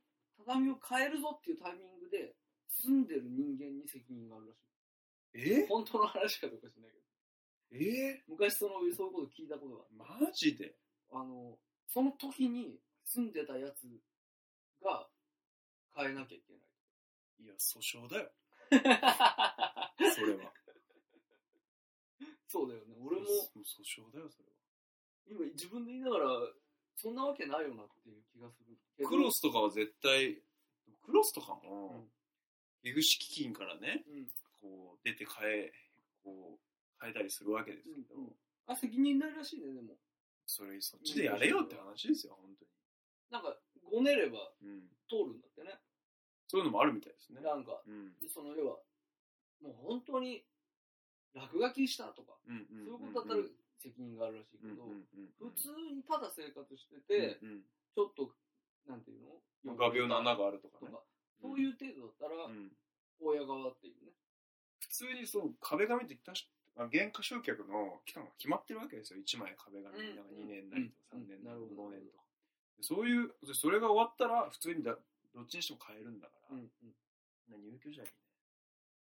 [SPEAKER 2] 畳を変えるぞっていうタイミングで住んでる人間に責任があるらしい。
[SPEAKER 3] え
[SPEAKER 2] 本当の話かどうかしないけど、
[SPEAKER 3] え
[SPEAKER 2] 昔そのそういうこと聞いたことがある。
[SPEAKER 3] マジで
[SPEAKER 2] あの、その時に住んでたやつが変えなきゃいけない。
[SPEAKER 3] いや訴訟だよ [laughs] それは
[SPEAKER 2] そうだよね。俺も
[SPEAKER 3] そう訴訟だよそれ
[SPEAKER 2] 今自分で言いながら、そんなわけないよなっていう気がするけど。
[SPEAKER 3] はクロスとかは絶対クロスとか
[SPEAKER 2] う
[SPEAKER 3] も
[SPEAKER 2] ん
[SPEAKER 3] 出口基金からね
[SPEAKER 2] うん。
[SPEAKER 3] こう出て変えこう変えたりするわけですけど、
[SPEAKER 2] うんあ、責任ないらしいね、でも。
[SPEAKER 3] それそっちでやれよって話ですよ本
[SPEAKER 2] なんか、ごねれば
[SPEAKER 3] 当に、うん、
[SPEAKER 2] 通るんだってね。
[SPEAKER 3] そういうのもあるみたいですね、
[SPEAKER 2] なんか、
[SPEAKER 3] うんうん
[SPEAKER 2] その要は、もう本当に落書きしたとか、
[SPEAKER 3] うん
[SPEAKER 2] そ
[SPEAKER 3] う
[SPEAKER 2] う
[SPEAKER 3] ん
[SPEAKER 2] いう
[SPEAKER 3] うん
[SPEAKER 2] ことだったら責任があるらしいけ
[SPEAKER 3] うんうん
[SPEAKER 2] ど、
[SPEAKER 3] う
[SPEAKER 2] 普
[SPEAKER 3] ん
[SPEAKER 2] 通にただ生活してて、
[SPEAKER 3] うん
[SPEAKER 2] ちょっと、なんていう
[SPEAKER 3] う
[SPEAKER 2] の
[SPEAKER 3] ん画鋲の穴があるとか
[SPEAKER 2] と
[SPEAKER 3] ね
[SPEAKER 2] か、そういう程度だった
[SPEAKER 3] う
[SPEAKER 2] ら、
[SPEAKER 3] ん
[SPEAKER 2] 親側っていうね。
[SPEAKER 3] 普通にその壁紙って確か原価償却の期間が決まってるわけですよ。1枚壁紙
[SPEAKER 2] うん
[SPEAKER 3] なんか2年なりとか
[SPEAKER 2] うん
[SPEAKER 3] 3年なり
[SPEAKER 2] うん
[SPEAKER 3] とか
[SPEAKER 2] なるほど
[SPEAKER 3] 5年とか。そういう、それが終わったら普通にだどっちにしても買えるんだから、
[SPEAKER 2] んうん。
[SPEAKER 3] みんな入居者にね、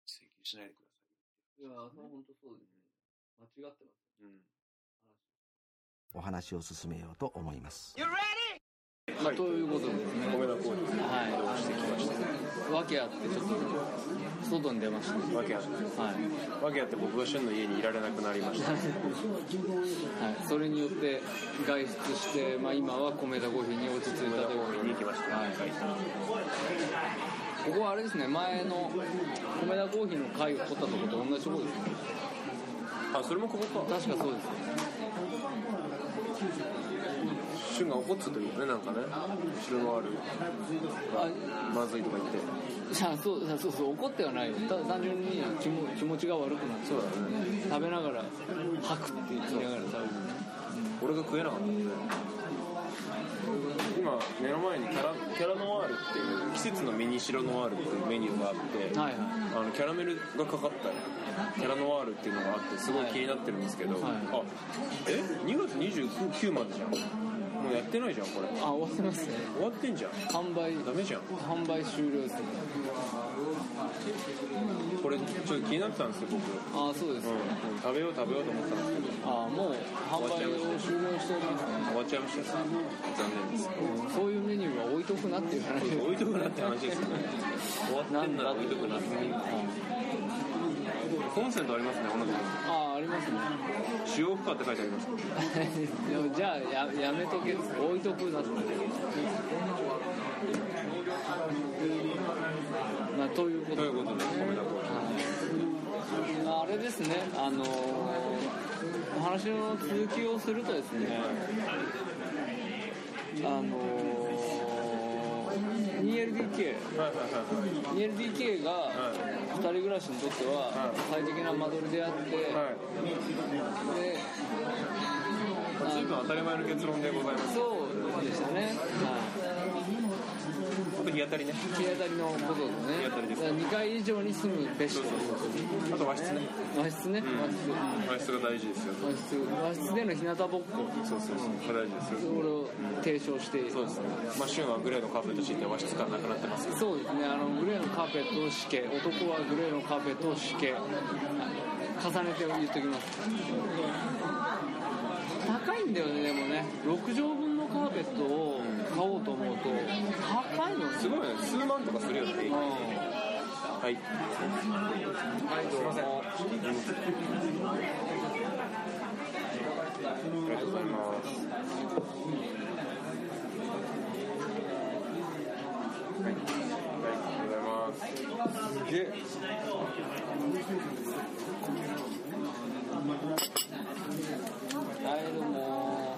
[SPEAKER 3] 請求しないでくださ
[SPEAKER 2] いやー、それは本当そうですね。間違ってます。
[SPEAKER 3] い。うん。
[SPEAKER 4] お話を進めようと思います
[SPEAKER 5] ということですね。はい。わけあってちょっと外に出ました。
[SPEAKER 6] わけあって
[SPEAKER 5] はい。
[SPEAKER 6] わけあって僕が旬の家にいられなくなりました
[SPEAKER 5] はい。それによって外出して、まあ今は米田コーヒーに落ち着いたという
[SPEAKER 6] 見に行きました、
[SPEAKER 5] はいここはあれですね。前の米田コーヒーの会を取ったとこと同じところですね。
[SPEAKER 6] あそれもここか
[SPEAKER 5] 確かそうです。
[SPEAKER 6] 旬が怒っちゃってるよねなんかね後ろのある
[SPEAKER 5] あ
[SPEAKER 6] まずいとか言って
[SPEAKER 5] じゃあそうそうそう怒ってはないよただ単純に気も気持ちが悪くなって
[SPEAKER 6] そうだね
[SPEAKER 5] 食べながら吐くって言いながら食べる
[SPEAKER 6] 俺が食えなかったんで今目の前にキャラキャラノワールっていう季節のミニシロノワールっていうメニューがあって、
[SPEAKER 5] はいは
[SPEAKER 6] あのキャラメルがかかったキャラノワールっていうのがあってすごい気になってるんですけど、
[SPEAKER 5] はい
[SPEAKER 6] あえ2月29までじゃんもうやってないじゃんこれ
[SPEAKER 5] いあ終わってますね
[SPEAKER 6] 終わってんじゃん
[SPEAKER 5] 販売
[SPEAKER 6] ダメじゃん
[SPEAKER 5] 販売終了ですね
[SPEAKER 6] これちょっと気になってたんですよ僕
[SPEAKER 5] ああそうですか、
[SPEAKER 6] うん、食べよう食べようと思ってたんですけど
[SPEAKER 5] ああもう販売を終了しておりますね
[SPEAKER 6] 終わっちゃいました残念です
[SPEAKER 5] そういうメニューは置いとくなっていう話です
[SPEAKER 6] 置いとくなって話ですよね終わってんなら置いとくなってコンセントありますね同じく
[SPEAKER 5] ああありますね
[SPEAKER 6] 使用不可って書いてあります
[SPEAKER 5] でもじゃあややめとけ置いとくなってまあということ
[SPEAKER 6] と
[SPEAKER 5] で
[SPEAKER 6] いうことで米田コーヒ
[SPEAKER 5] あれですね、あのーお話の続きをするとですね、あのー、2LDK、2LDK が2人暮らしにとっては最適な間取りであって、で
[SPEAKER 3] 随分当たり前の結論でございます。
[SPEAKER 5] そうでしたね、はい
[SPEAKER 3] 本当に日当たりね。
[SPEAKER 5] 日当たりのことでね、
[SPEAKER 3] 日当たりです
[SPEAKER 5] 2階以上に住むべしと、
[SPEAKER 3] あと和室ね。
[SPEAKER 5] 和室ね、和室。
[SPEAKER 3] 和室が大事ですよ。
[SPEAKER 5] 和室和室での日向ぼっこ
[SPEAKER 3] そうそうそう。大事ですよ。
[SPEAKER 5] これを提唱している
[SPEAKER 6] そうですね。まあ、旬はグレーのカーペット敷いて和室感なくなってますけど。
[SPEAKER 5] そうですねあのグレーのカーペットを敷け男はグレーのカーペットを敷け重ねて言っときます高いんだよねでもね6畳分のカーペットを買おうと思うと高いのね
[SPEAKER 6] すごいよね。数万とかするよね。はい。
[SPEAKER 5] はいどうも
[SPEAKER 6] ありがとうございます。
[SPEAKER 5] はいどうも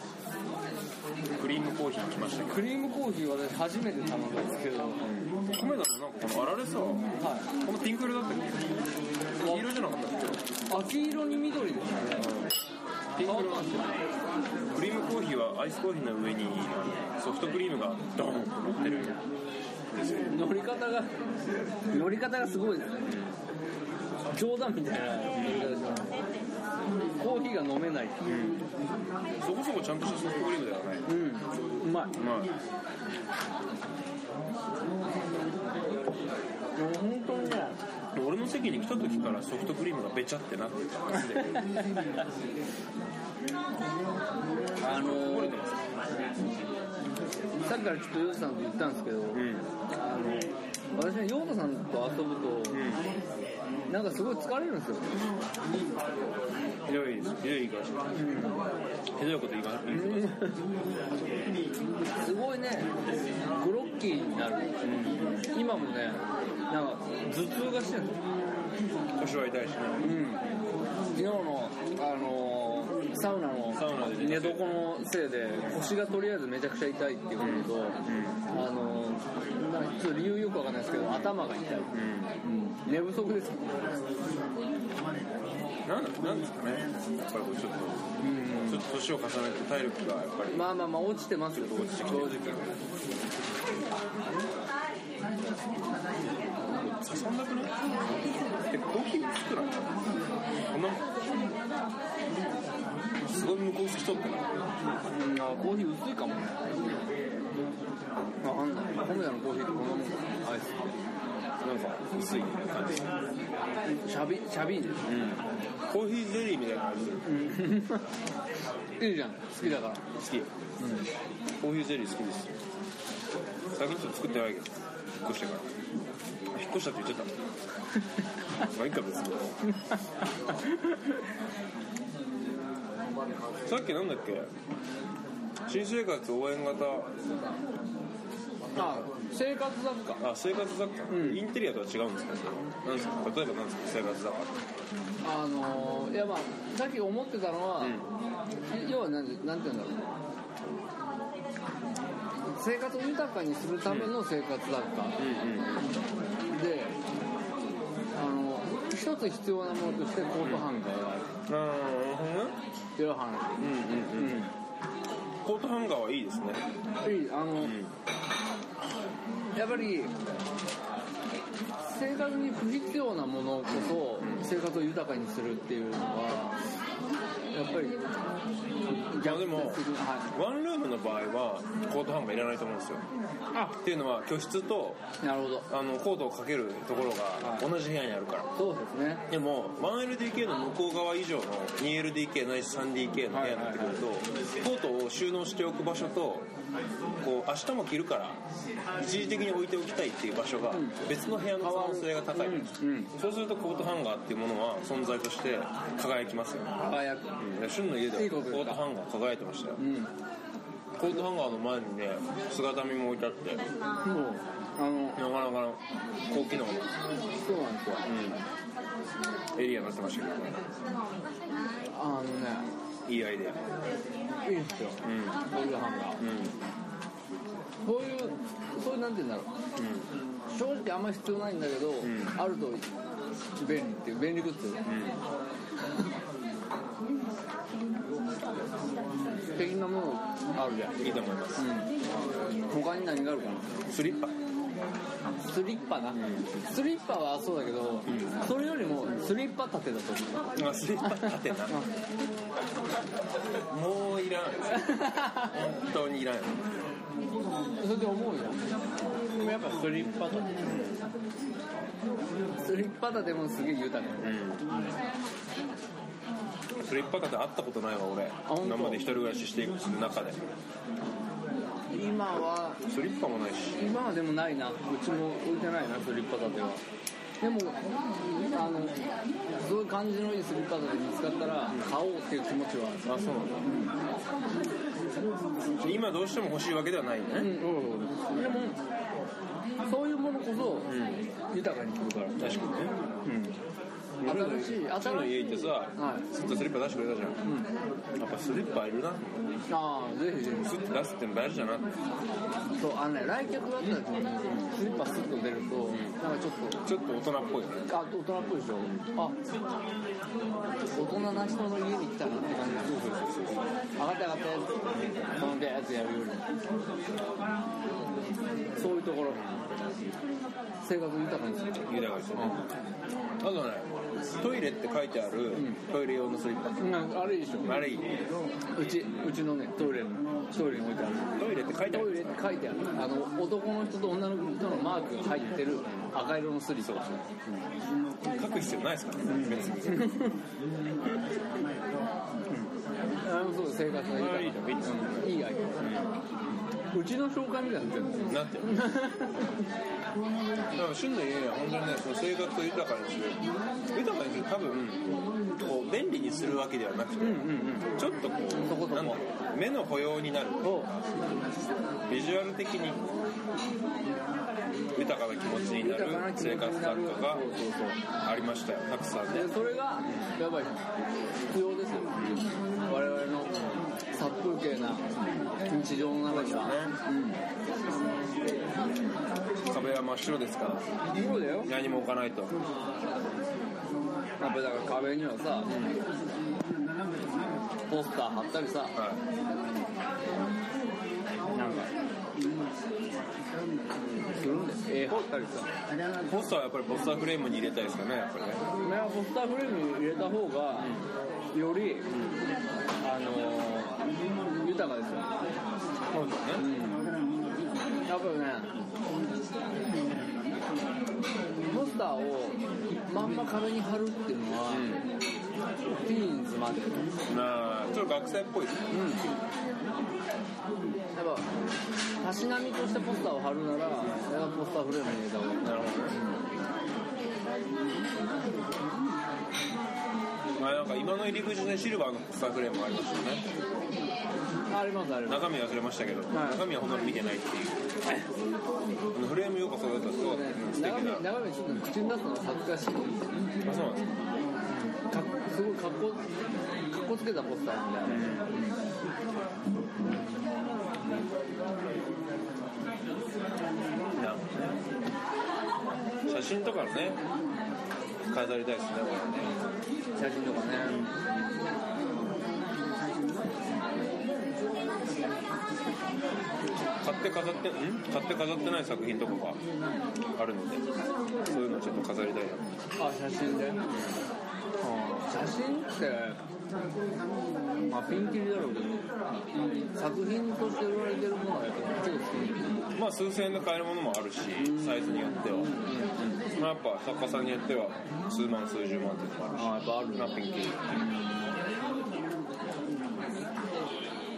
[SPEAKER 6] クリームコーヒー来ましたけ
[SPEAKER 5] クリームコーヒーは私初めて頼んだんですけど、
[SPEAKER 6] ど。米だとなんかこのあられさ、こ
[SPEAKER 5] はい
[SPEAKER 6] のピンク色だったっけ黄色じゃなかったっけ
[SPEAKER 5] 秋色に緑ですね
[SPEAKER 6] ピンク色だった。クリームコーヒーはアイスコーヒーの上にソフトクリームがドーンと乗ってる。
[SPEAKER 5] 乗り方が乗り方がすごいですね冗談みたいな乗り方ですねコーヒーが飲めないっていう
[SPEAKER 6] そこそこちゃんとしたソフトクリームではない。
[SPEAKER 5] うんうまいう
[SPEAKER 6] まい。
[SPEAKER 5] でも本当にね
[SPEAKER 6] 俺の席に来た時からソフトクリームがべちゃってなってたんで
[SPEAKER 5] あの
[SPEAKER 6] こぼれ
[SPEAKER 5] ー
[SPEAKER 6] てます
[SPEAKER 5] さっきからちょっとヨウさんと言ったんですけど、
[SPEAKER 6] ん
[SPEAKER 5] あの私ねヨウさんと遊ぶと、なんかすごい疲れるんですよ
[SPEAKER 6] ひどいですひどい言い方ひどいこと言い方言い方
[SPEAKER 5] すごいねグロッキーになる、今もねなんか頭痛がしてるんですよ
[SPEAKER 6] 腰は痛いしね
[SPEAKER 5] 昨日の、あのーサウナの
[SPEAKER 6] サウナで
[SPEAKER 5] 寝床のせいで腰がとりあえずめちゃくちゃ痛いっていうことと、あのーなんかちょっと理由よくわかんないですけど頭が痛い、うん寝不足です
[SPEAKER 6] なんなんですかねやっぱりこうちょっとちょっと年を重ねて体力がやっぱり
[SPEAKER 5] まあまあまあ落ちてますよ正直
[SPEAKER 6] 誘んなくないえコーヒー薄くないこんなすごい向こう透き通ってない
[SPEAKER 5] うんあコーヒー薄いかもねわかんない米田のコーヒーってこんなもんかなアイ
[SPEAKER 6] なんか薄い感じ
[SPEAKER 5] スシャビシャビーでしょ
[SPEAKER 6] コーヒーゼリーみたいな味
[SPEAKER 5] [laughs] いいじゃん好きだから
[SPEAKER 6] 好きよ、コーヒーゼリー好きですよ最近ちょっと作ってないけど引っ越してからあ引っ越したって言っちゃったまあいいか別にさっきなんだっけ新生活応援型
[SPEAKER 5] あ生活雑貨
[SPEAKER 6] あ生活雑貨、インテリアとは違うんですかそれはなんですか例えばなんですか生活雑貨
[SPEAKER 5] あのーいやまあさっき思ってたのは、要は何なんて言うんだろう生活を豊かにするための生活雑貨、
[SPEAKER 6] うんうん
[SPEAKER 5] であの一つ必要なものとしてコートハンガーがある
[SPEAKER 6] あーなるほどね
[SPEAKER 5] っていう話、
[SPEAKER 6] うんうんうんコートハンガーはいいですね
[SPEAKER 5] いいあの、やっぱり生活に不必要なものこそ生活を豊かにするっていうのはやっぱり
[SPEAKER 6] あでも
[SPEAKER 5] 逆説的なは
[SPEAKER 6] ワンルームの場合はコートハンガーいらないと思うんですよっていうのは居室と
[SPEAKER 5] い、なるほど
[SPEAKER 6] あのコートをかけるところが同じ部屋にあるから、
[SPEAKER 5] そうですね
[SPEAKER 6] でも 1LDK の向こう側以上の 2LDK ないし 3DK の部屋になってくると、コートを収納しておく場所とこう明日も着るから一時的に置いておきたいっていう場所が別の部屋の可能性が高い、そうするとコートハンガーっていうものは存在として輝きますよね、
[SPEAKER 5] 輝く
[SPEAKER 6] うんで、旬の家ではい
[SPEAKER 5] い
[SPEAKER 6] コ
[SPEAKER 5] ことですか
[SPEAKER 6] ートハンガー輝いてましたよ
[SPEAKER 5] うん
[SPEAKER 6] コートハンガーの前にね姿見も置いてあって
[SPEAKER 5] もうあの
[SPEAKER 6] なかなかの高機能の、
[SPEAKER 5] そうなんですよ
[SPEAKER 6] うんエリアになってましたけどね
[SPEAKER 5] あのね
[SPEAKER 6] いいアイデア
[SPEAKER 5] いいんですよ
[SPEAKER 6] うん
[SPEAKER 5] こういうハンガー
[SPEAKER 6] うん
[SPEAKER 5] こういうそういうなんて言うんだろう正直あんまり必要ないんだけど、
[SPEAKER 6] ん
[SPEAKER 5] あると便利っていう便利グッズ
[SPEAKER 6] うんうん
[SPEAKER 5] 的なものあるじゃん、
[SPEAKER 6] いいと思います
[SPEAKER 5] うん、他に何があるかな
[SPEAKER 6] スリッパ
[SPEAKER 5] スリッパな、スリッパはそうだけど、それよりもスリッパ立てだと思う
[SPEAKER 6] あスリッパ立てなもういらん本当にいらん
[SPEAKER 5] それで思うじゃんでもやっぱスリッパ立てスリッパ立てもすげえ豊か
[SPEAKER 6] うんスリッパ立て会ったことないわ俺
[SPEAKER 5] 本当
[SPEAKER 6] 今まで一人暮らししていく中で
[SPEAKER 5] 今は
[SPEAKER 6] スリッパもないし
[SPEAKER 5] 今はでもないなうちも置いてないなスリッパ立てはでもあのそういう感じのいいスリッパ立て見つかったら買おうっていう気持ちはあそうなんだ
[SPEAKER 6] 今どうしても欲しいわけではないよ
[SPEAKER 5] うん
[SPEAKER 6] ね、
[SPEAKER 5] うんでもそういうものこ
[SPEAKER 6] う
[SPEAKER 5] そ
[SPEAKER 6] ん、
[SPEAKER 5] 豊かに来るから
[SPEAKER 6] 確かにね
[SPEAKER 5] 新しい新し
[SPEAKER 6] うちの
[SPEAKER 5] い
[SPEAKER 6] 家行ってさ
[SPEAKER 5] はい
[SPEAKER 6] ずっとスリッパ出してくれたじゃん
[SPEAKER 5] うん
[SPEAKER 6] やっぱスリッパいるな
[SPEAKER 5] ああぜひぜひ
[SPEAKER 6] スッて出すっての大事だな
[SPEAKER 5] そうあのね来客だったらスリッパスッと出るとなんかちょっと
[SPEAKER 6] ちょっと大人っぽいよね
[SPEAKER 5] あ、大人っぽいでしょ。あ、大人な人の家に来たなって感じ。そうそうそう上がって上がって、このやつやるよりも。そういうところ。生活豊かにする。
[SPEAKER 6] 豊かですね、あとねトイレって書いてあるトイレ用のスリッパ、
[SPEAKER 5] なんかあれいいでしょ。
[SPEAKER 6] あれいいう
[SPEAKER 5] ち、うちのね、トイレの、トイレに置いてある。
[SPEAKER 6] トイレって書いてあ
[SPEAKER 5] トイ
[SPEAKER 6] る
[SPEAKER 5] レって書いてある。あの、男の人と女の人のマークが入ってる赤色のスリッパ。
[SPEAKER 6] 書く必要ないですからね、別に
[SPEAKER 5] あれもそう生活が豊か
[SPEAKER 6] いいじゃんいいです
[SPEAKER 5] うんいいアイデア。うちの紹介みたいになっ
[SPEAKER 6] な
[SPEAKER 5] てる。
[SPEAKER 6] ってるだから旬の家には本当にねその生活を豊かにする豊かにする多分こう便利にするわけではなくて、ちょっとこう
[SPEAKER 5] そこそこ
[SPEAKER 6] なんだろう目の保養になる
[SPEAKER 5] を
[SPEAKER 6] ビジュアル的に豊かな気持ちになる
[SPEAKER 5] 豊かな気持ち
[SPEAKER 6] 生活な
[SPEAKER 5] になる
[SPEAKER 6] んかが
[SPEAKER 5] そうそう
[SPEAKER 6] ありましたよたくさんね
[SPEAKER 5] でそれがやばい必要ですよ我々の殺風景な日常の中には
[SPEAKER 6] 壁は真っ白ですから
[SPEAKER 5] そうだよ
[SPEAKER 6] 何も置かないと
[SPEAKER 5] やっぱだから壁にはさポスター貼ったりさ
[SPEAKER 6] は
[SPEAKER 5] なんかするんだよ絵貼ったりさ
[SPEAKER 6] いポスターはやっぱりポスターフレームに入れたいですかねやっぱりね
[SPEAKER 5] いやポスターフレーム入れた方がよりあのー豊かですよ
[SPEAKER 6] そうですよね
[SPEAKER 5] 多分ねポスターをまんま壁に貼るっていうのは、ティーンズまでやっ
[SPEAKER 6] なあちょっと学生っぽいですね
[SPEAKER 5] ぱたしなみとしてポスターを貼るならそれはポスターフレームに入れた方がいい
[SPEAKER 6] なるほどねまあなんか今の入り口でシルバーのポスターフレームがありましたよね
[SPEAKER 5] ありますあります
[SPEAKER 6] 中身忘れましたけど、
[SPEAKER 5] はい
[SPEAKER 6] 中身はほとんど見てないっていうあのフレームようこそだったらすごかったですね素
[SPEAKER 5] 中
[SPEAKER 6] 敵な
[SPEAKER 5] 身中身ちょっと口に出すのが恥ずかしい
[SPEAKER 6] あそうなんですか
[SPEAKER 5] かっすごいかっこかっこつけたポスターみたいな、
[SPEAKER 6] なるほどね写真とかね飾りたいですねこれね
[SPEAKER 5] 写真とかね、
[SPEAKER 6] 買って飾ってん買って飾ってない作品とかがあるのでそういうのをちょっと飾りたいな
[SPEAKER 5] あ写真で、写真ってまあピンキリだろうけど作品として売られてるものはやっぱ超好き
[SPEAKER 6] まあ数千円で買えるものもあるしサイズによっては、まあ、やっぱ作家さんによっては数万数十万っていうのもあるし
[SPEAKER 5] あやっぱある
[SPEAKER 6] まあピンキリ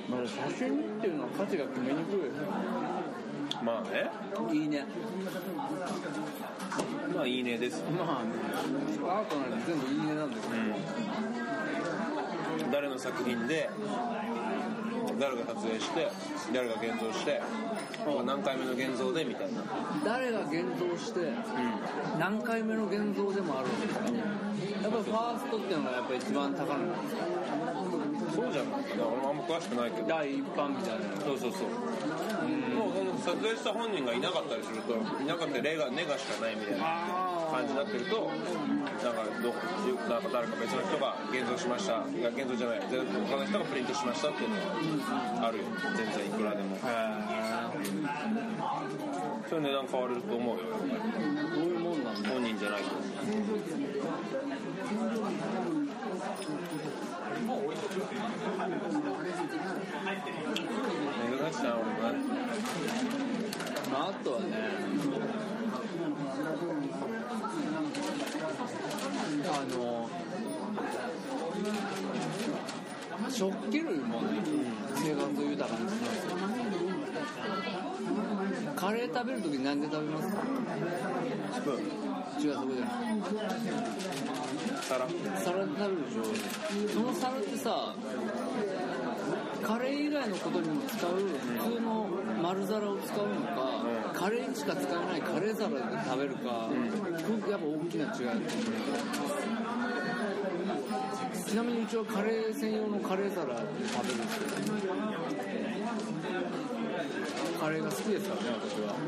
[SPEAKER 5] まあ写真っていうのは価値が決めにくいよね
[SPEAKER 6] まあね
[SPEAKER 5] いいね
[SPEAKER 6] まあいいねですよ、
[SPEAKER 5] まあアートなんて全部いいねなんだけど
[SPEAKER 6] うん、誰の作品で誰が撮影して誰が現像して何回目の現像でみたいな、
[SPEAKER 5] 誰が現像して何回目の現像でもあるんですかやっぱりファーストっていうのがやっぱ一番高いんですか
[SPEAKER 6] そうじゃないかな俺もあんま詳しくないけど
[SPEAKER 5] 第一版みたいな
[SPEAKER 6] そうそうそうもうその撮影した本人がいなかったりするといなかったら例がネガしかないみたいな感じになってるとなんかどうなんか誰か別の人が現像しましたいや現像じゃない全部他の人がプリントしましたっていうのはあるよ全然いくらでもそういう値段変わると思うよやっぱり
[SPEAKER 5] どういうもんなんだ
[SPEAKER 6] 本人じゃないと珍しいな俺もね
[SPEAKER 5] まああとはねあの食器類もね生活を豊かにしますよカレー食べるとき何で食べますか
[SPEAKER 6] スプー
[SPEAKER 5] 違うそこじゃない
[SPEAKER 6] ン皿
[SPEAKER 5] 皿で食べるでしょその皿ってさカレー以外のことにも使う普通の丸皿を使うのか、カレーしか使わないカレー皿で食べるか、僕やっぱ大きな違いだと思うちなみにうちはカレー専用のカレー皿で食べるんですけどカレーが好きですからね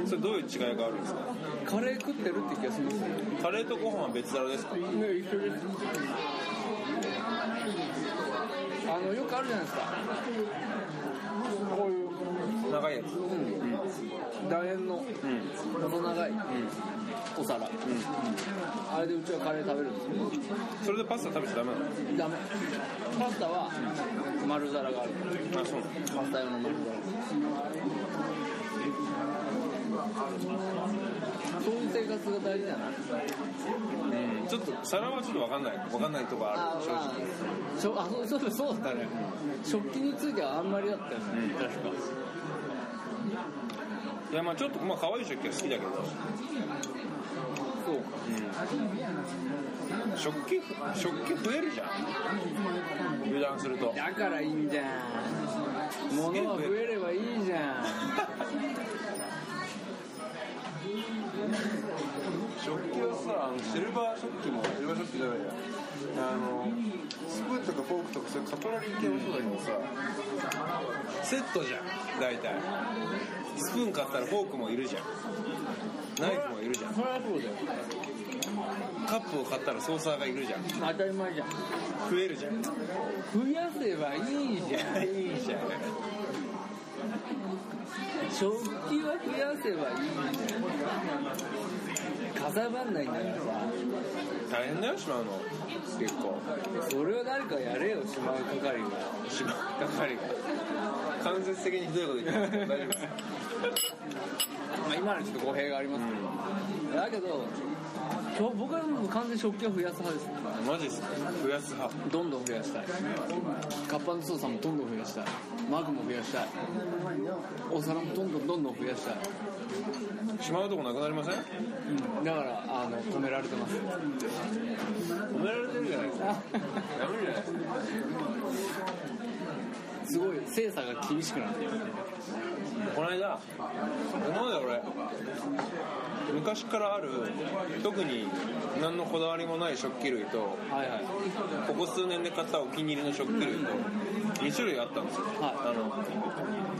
[SPEAKER 5] 私
[SPEAKER 6] それどういう違いがあるんですか
[SPEAKER 5] はカレー食ってるって気がしますね
[SPEAKER 6] カレーとご飯は別皿ですか
[SPEAKER 5] ね一緒ですあのよくあるじゃないですかこういう、
[SPEAKER 6] 長いやつ
[SPEAKER 5] うん、楕円の細長い、お皿、あれでうちはカレー食べるんです
[SPEAKER 6] それでパスタ食べちゃダメなの
[SPEAKER 5] けどダメパスタは丸皿がある
[SPEAKER 6] あそうなの
[SPEAKER 5] パスタ用の丸皿そういう生活が大事じゃない
[SPEAKER 6] うんちょっと皿はちょっと分かんない分かんないとこあ
[SPEAKER 5] あ
[SPEAKER 6] る正直
[SPEAKER 5] まあしょあそうそうそうだね、食器についてはあんまりだったよね、確か
[SPEAKER 6] いやまあちょっとまあ可愛い食器は好きだけど
[SPEAKER 5] そうか
[SPEAKER 6] 食器食器増えるじゃん油断すると
[SPEAKER 5] だからいいんじゃん物は増えればいいじゃん
[SPEAKER 6] 食器はさあのシルバー食器もシルバー食器じゃないやあのスプーンとかフォークとかそういうカトラリー系もそうだけどさセットじゃん大体スプーン買ったらフォークもいるじゃんナイフもいるじゃん
[SPEAKER 5] それはそうだよ
[SPEAKER 6] カップを買ったらソーサーがいるじゃん
[SPEAKER 5] 当たり前じゃん
[SPEAKER 6] 増えるじゃん [laughs] い
[SPEAKER 5] 増やせばいいじゃん
[SPEAKER 6] やいいじゃん
[SPEAKER 5] 食器は増やせばいいじゃんかさばんないんだからさ
[SPEAKER 6] 大変だよしまうの結構
[SPEAKER 5] それを誰かやれよしまう係が
[SPEAKER 6] しまう係が間接的にひどいこと言ってます大丈夫です
[SPEAKER 5] まあ今のちょっと語弊がありますけど、だけど今日僕はもう完全に食器を増やす派です
[SPEAKER 6] マジっすか増やす派
[SPEAKER 5] どんどん増やしたいカッパの操作もどんどん増やしたいマグも増やしたいお皿もどんどんどんどん増やしたい
[SPEAKER 6] しまうとこなくなりません
[SPEAKER 5] だからあの止められてます
[SPEAKER 6] 褒められてるじゃないですかダメじゃないですか
[SPEAKER 5] すごい精査が厳しくなってる
[SPEAKER 6] この間今まで俺昔からある特に何のこだわりもない食器類と
[SPEAKER 5] はいはい
[SPEAKER 6] ここ数年で買ったお気に入りの食器類と2種類あったんですよ、あの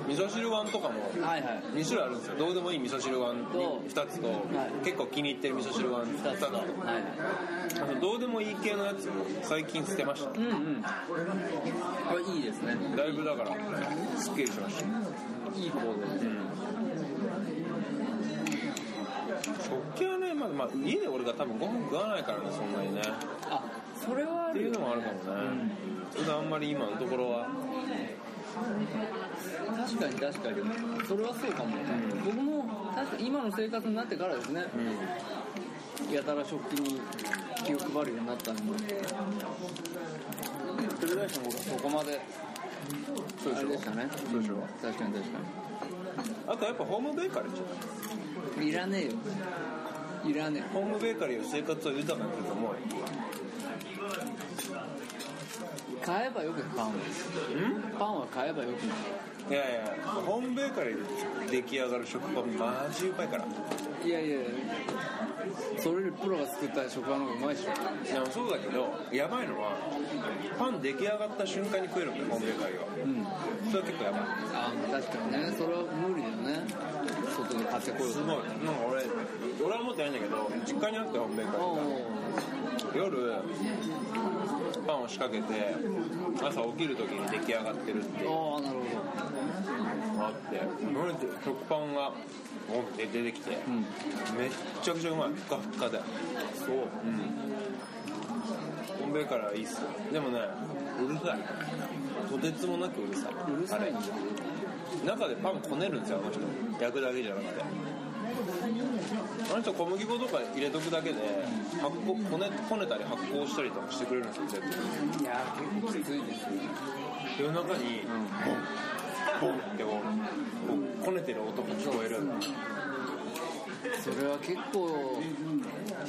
[SPEAKER 6] 味噌汁碗とかも
[SPEAKER 5] はいはい
[SPEAKER 6] 2種類あるんですよどうでもいい味噌汁碗
[SPEAKER 5] と
[SPEAKER 6] 2つと、
[SPEAKER 5] い
[SPEAKER 6] 結構気に入ってる味噌汁碗2つと
[SPEAKER 5] はい
[SPEAKER 6] あのどうでもいい系のやつを最近捨てました
[SPEAKER 5] うんうんあいいですね
[SPEAKER 6] だいぶだからすっきりしました
[SPEAKER 5] いい行動です
[SPEAKER 6] 食器はね、まあまあ、家で俺が多分ご飯食わないからねそんなにね
[SPEAKER 5] あそれはあ
[SPEAKER 6] ってい
[SPEAKER 5] る
[SPEAKER 6] うのもあるかもね、それであんまり今のところは
[SPEAKER 5] 確かに確かにそれはそうかも、僕も確かに今の生活になってからですね、やたら食器に気を配るようになったんでそれにしてもそこまで
[SPEAKER 6] そうで
[SPEAKER 5] あ
[SPEAKER 6] しょ
[SPEAKER 5] れでしたね
[SPEAKER 6] そうでしょ
[SPEAKER 5] 確かに確か
[SPEAKER 6] あとやっぱホームベーカリーじ
[SPEAKER 5] にいらねえよいらね
[SPEAKER 6] ゃんホームベーカリーは生活を豊かにすると思うよ
[SPEAKER 5] え買えばよくないパンはパンは買えばよくない
[SPEAKER 6] いやいやホームベーカリーで出来上がる食パンマジうまいから
[SPEAKER 5] いやいやそれよりプロが作った食パンの方がうまいでしょ
[SPEAKER 6] でもそうだけどやばいのはパン出来上がった瞬間に食えるんだよホームベーカリーは
[SPEAKER 5] うん
[SPEAKER 6] それは結構やばい
[SPEAKER 5] あ確かにねそれは無理だよね外で買ってこよう
[SPEAKER 6] す
[SPEAKER 5] と
[SPEAKER 6] ごいなんか俺俺は持ってないんだけど実家にあってホームベーカリー
[SPEAKER 5] おう
[SPEAKER 6] 夜パンを仕掛けて朝起きる時に出来上がってるっていうの
[SPEAKER 5] おうなるほど
[SPEAKER 6] があって慣れて食パンがボンって出てきて
[SPEAKER 5] うん
[SPEAKER 6] めっちゃくちゃうまいふかふかでそううんホームベーカリーはいいっすよでもねうるさいとてつもなくうるさいう
[SPEAKER 5] るさいんだ
[SPEAKER 6] 中でパンこねるんですよあの人焼くだけじゃなくてあの人小麦粉とか入れとくだけで発酵こねこねたり発酵したりとかしてくれるんですよ絶対
[SPEAKER 5] いや結構きついですよ
[SPEAKER 6] 夜中にボンボンってこうこねてる音が聞こえる
[SPEAKER 5] それは結構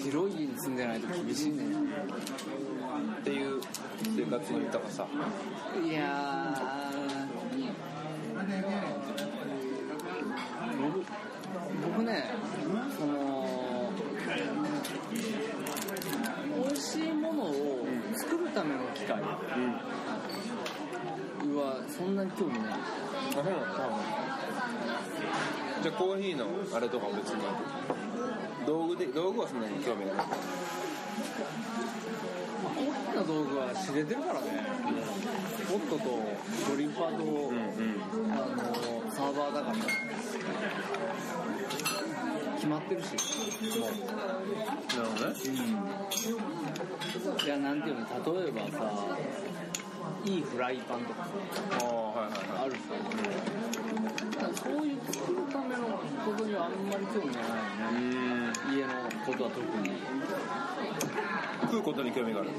[SPEAKER 5] 広い家に住んでないと厳しいね
[SPEAKER 6] っていう生活の豊かさ
[SPEAKER 5] いやー僕僕ねその美味しいものを作るための機械はそんなに興味ない
[SPEAKER 6] あそうなんだじゃあコーヒーのあれとかは別に道具で道具はそんなに興味がない
[SPEAKER 5] まあコーヒーの道具は知れてるからねポットとドリッパーと、
[SPEAKER 6] う
[SPEAKER 5] あのサーバーだから決まってるし
[SPEAKER 6] なるほどね
[SPEAKER 5] いやなんていうの例えばさいいフライパンとか
[SPEAKER 6] ああはいはいはい
[SPEAKER 5] あるけど、なんかそういう作るためのことにはあんまり興味がな
[SPEAKER 6] う
[SPEAKER 5] いね
[SPEAKER 6] ーん
[SPEAKER 5] 家のことは特に
[SPEAKER 6] 食うことに興味がある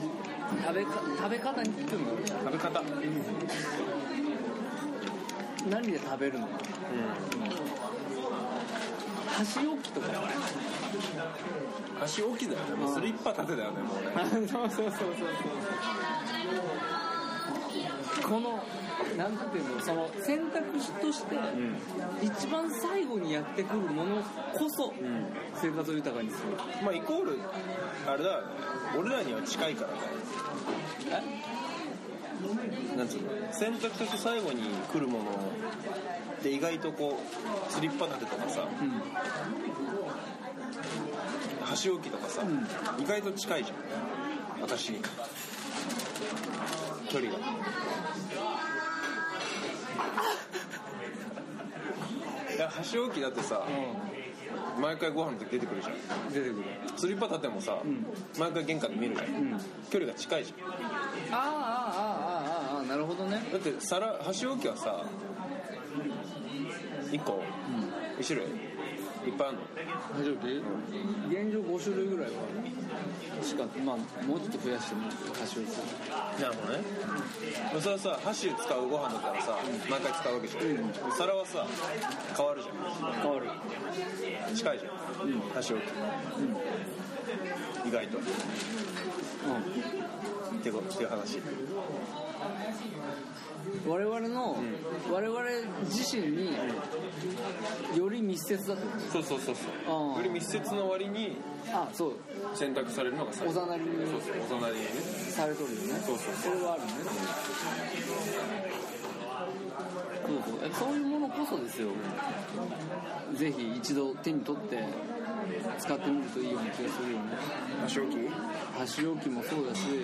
[SPEAKER 5] 食べか食べ方に興味があ
[SPEAKER 6] 食べ方
[SPEAKER 5] る何で食べるの箸置きとか
[SPEAKER 6] 箸置きだよねもうスリッパ立てだよねもうね
[SPEAKER 5] そうそうそうそうそうこのなんていうのその選択肢として一番最後にやってくるものこそ生活を豊かにする
[SPEAKER 6] まあイコールあれだよね俺らには近いからねなんつうの選択肢と最後に来るものって意外とこうスリッパ立てとかさ
[SPEAKER 5] うん
[SPEAKER 6] 箸置きとかさ、意外と近いじゃん私に距離がいや箸置きだってさ、毎回ご飯の時出てくるじゃん
[SPEAKER 5] 出てくる
[SPEAKER 6] スリッパ立てもさ、
[SPEAKER 5] ん
[SPEAKER 6] 毎回玄関で見るじゃん、距離が近いじゃん
[SPEAKER 5] ああああああああなるほどね
[SPEAKER 6] だって皿箸置きはさ1個、1種類いっぱいあるの
[SPEAKER 5] 大丈夫現状5種類ぐらいはしかまあもうちょっと増やしても箸置き
[SPEAKER 6] なるほどねそれはさ箸使うご飯だったらさ毎回使うわけじゃん、皿はさ変わるじゃ
[SPEAKER 5] 変わる
[SPEAKER 6] ん近いじゃん、箸置き、意外とってことっていう話
[SPEAKER 5] うん我々の、我々自身により密接だと
[SPEAKER 6] そうそうそうそ
[SPEAKER 5] あ
[SPEAKER 6] う
[SPEAKER 5] ー
[SPEAKER 6] より密接の割に
[SPEAKER 5] あそう
[SPEAKER 6] 選択されるのが最
[SPEAKER 5] お
[SPEAKER 6] 後
[SPEAKER 5] ざなりに
[SPEAKER 6] そうそうお隣にね
[SPEAKER 5] されとるよね
[SPEAKER 6] そうそう
[SPEAKER 5] それはあるねそうそうえそういうものこそですよぜひ一度手に取って使ってみるといいような気がするよね
[SPEAKER 3] 箸置き
[SPEAKER 5] 箸置きもそうだし例